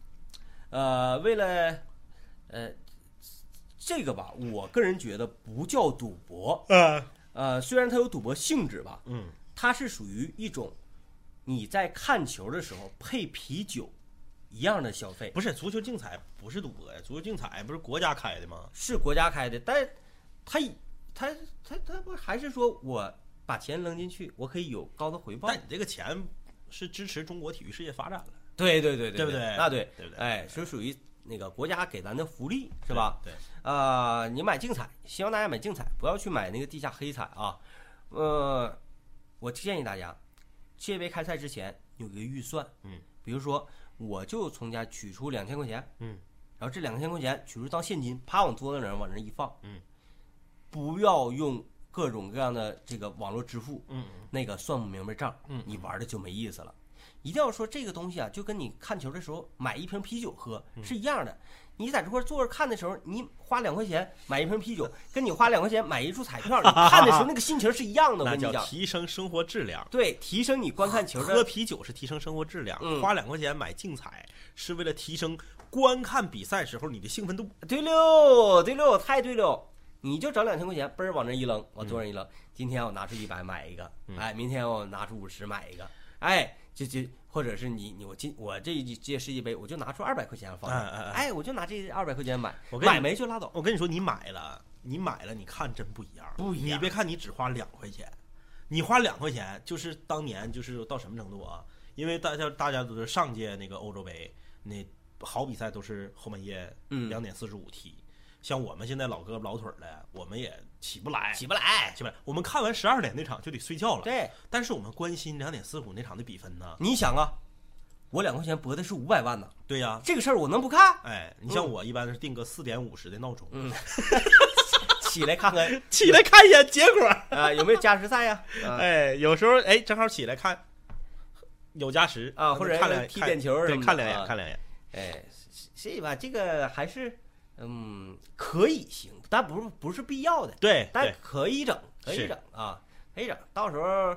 [SPEAKER 1] 呃，为了呃这个吧，我个人觉得不叫赌博，
[SPEAKER 2] 嗯
[SPEAKER 1] 呃，虽然它有赌博性质吧，
[SPEAKER 2] 嗯，
[SPEAKER 1] 它是属于一种你在看球的时候配啤酒一样的消费。
[SPEAKER 2] 不是足球竞彩不是赌博呀，足球竞彩不是国家开的吗？
[SPEAKER 1] 是国家开的，但他他他他不还是说我把钱扔进去，我可以有高的回报
[SPEAKER 2] 但？你这个钱是支持中国体育事业发展了，
[SPEAKER 1] 对对对
[SPEAKER 2] 对
[SPEAKER 1] 对
[SPEAKER 2] 不对
[SPEAKER 1] 那对
[SPEAKER 2] 对不对
[SPEAKER 1] 哎，是属于那个国家给咱的福利是吧？？
[SPEAKER 2] 对，
[SPEAKER 1] 呃，你买竞彩，希望大家买竞彩，不要去买那个地下黑彩啊。呃，我建议大家，世界杯开赛之前有一个预算，
[SPEAKER 2] 嗯，
[SPEAKER 1] 比如说我就从家取出两千块钱，
[SPEAKER 2] 嗯，
[SPEAKER 1] 然后这两千块钱取出当现金，啪往桌子上往那一放，
[SPEAKER 2] 嗯，
[SPEAKER 1] 不要用各种各样的这个网络支付，
[SPEAKER 2] 嗯
[SPEAKER 1] 那个算不明白账，
[SPEAKER 2] 嗯
[SPEAKER 1] 你玩的就没意思了。一定要说这个东西啊，就跟你看球的时候买一瓶啤酒喝
[SPEAKER 2] 嗯
[SPEAKER 1] 是一样的。你在这块坐着看的时候，你花两块钱买一瓶啤酒，跟你花两块钱买一注彩票，你看的时候那个心情是一样的。我
[SPEAKER 2] 那
[SPEAKER 1] 跟你
[SPEAKER 2] 叫
[SPEAKER 1] 讲，
[SPEAKER 2] 提升生活质量。
[SPEAKER 1] 对，提升你观看球
[SPEAKER 2] 喝
[SPEAKER 1] 的，
[SPEAKER 2] 啤酒是提升生活质量，
[SPEAKER 1] 嗯
[SPEAKER 2] 花两块钱买竞彩是为了提升观看比赛时候你的兴奋度。
[SPEAKER 1] 对溜，对溜，太对溜。你就整两千块钱，嘣儿往那一扔，往桌上一扔。今天我拿出一百买一个，
[SPEAKER 2] 嗯
[SPEAKER 1] 哎，明天我拿出五十买一个，哎，这这，或者是你你我今我这一届世界杯，我就拿出二百块钱放
[SPEAKER 2] 嗯
[SPEAKER 1] 那儿
[SPEAKER 2] 嗯嗯，
[SPEAKER 1] 哎，我就拿这二百块钱买，
[SPEAKER 2] 我跟你
[SPEAKER 1] 买没就拉倒。
[SPEAKER 2] 我跟你说，你买了，你买了，你看真不一样，
[SPEAKER 1] 不一样
[SPEAKER 2] 你别看你只花两块钱，你花两块钱就是当年就是到什么程度啊？因为大家大家都是上届那个欧洲杯，那好比赛都是后半夜
[SPEAKER 1] 嗯
[SPEAKER 2] 两点四十五踢，像我们现在老胳膊老腿儿的，我们也起不来，
[SPEAKER 1] 起不来。
[SPEAKER 2] 起不来。我们看完十二点那场就得睡觉了，
[SPEAKER 1] 对，
[SPEAKER 2] 但是我们关心两点四十五那场的比分呢？
[SPEAKER 1] 你想啊，我两块钱博的是五百万呢，
[SPEAKER 2] 对呀、
[SPEAKER 1] 这个事儿我能不看？
[SPEAKER 2] 哎，你像我一般是定个四点五十的闹钟，
[SPEAKER 1] 嗯，起来看看
[SPEAKER 2] 起来看一眼结果。
[SPEAKER 1] 啊、有没有加时赛呀、啊？
[SPEAKER 2] 哎，有时候哎，正好起来看有加时
[SPEAKER 1] 啊或者
[SPEAKER 2] 看两
[SPEAKER 1] 踢
[SPEAKER 2] 看
[SPEAKER 1] 点球什
[SPEAKER 2] 对，
[SPEAKER 1] 么的
[SPEAKER 2] 看两眼，
[SPEAKER 1] 啊
[SPEAKER 2] 看两眼。
[SPEAKER 1] 哎，所以吧，这个还是嗯可以行，但不是不是必要的，
[SPEAKER 2] 对
[SPEAKER 1] 但
[SPEAKER 2] 对，
[SPEAKER 1] 可以整，可
[SPEAKER 2] 是
[SPEAKER 1] 以整啊，可以整。到时候，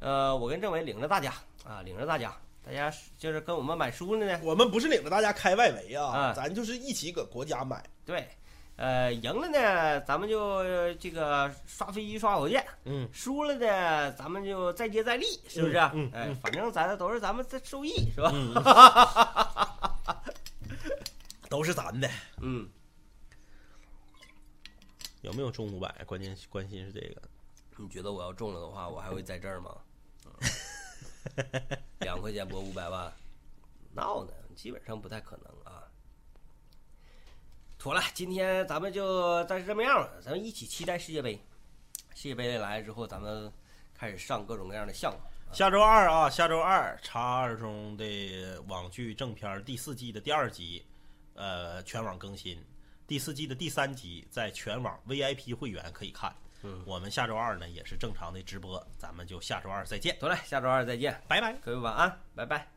[SPEAKER 1] 呃，我跟政委领着大家啊，领着大家，大家就是跟我们买书的呢，
[SPEAKER 2] 我们不是领着大家开外围
[SPEAKER 1] 啊
[SPEAKER 2] 咱就是一起搁国家买。
[SPEAKER 1] 对，呃，赢了呢，咱们就呃这个刷飞机刷火箭；
[SPEAKER 2] 嗯，
[SPEAKER 1] 输了呢，咱们就再接再厉，是不是？
[SPEAKER 2] 嗯嗯
[SPEAKER 1] 哎，反正咱都是咱们的受益，是吧？
[SPEAKER 2] 嗯 都是咱的。
[SPEAKER 1] 嗯，
[SPEAKER 2] 有没有中五百？啊关键关心是这个。
[SPEAKER 1] 你觉得我要中了的话，我还会在这儿吗？ 两块钱博五百万，闹呢，基本上不太可能啊。妥了，今天咱们就暂时这么样了，咱们一起期待世界杯。世界杯来了之后，咱们开始上各种各样的项目。
[SPEAKER 2] 下周二啊，下周二叉二中的网剧正片儿第四季的第二集，呃，全网更新。第四季的第三集在全网 VIP 会员可以看。
[SPEAKER 1] 嗯，
[SPEAKER 2] 我们下周二呢也是正常的直播，咱们就下周二再见，
[SPEAKER 1] 得嘞，下周二再见。
[SPEAKER 2] 拜拜。
[SPEAKER 1] 各位晚安，拜拜。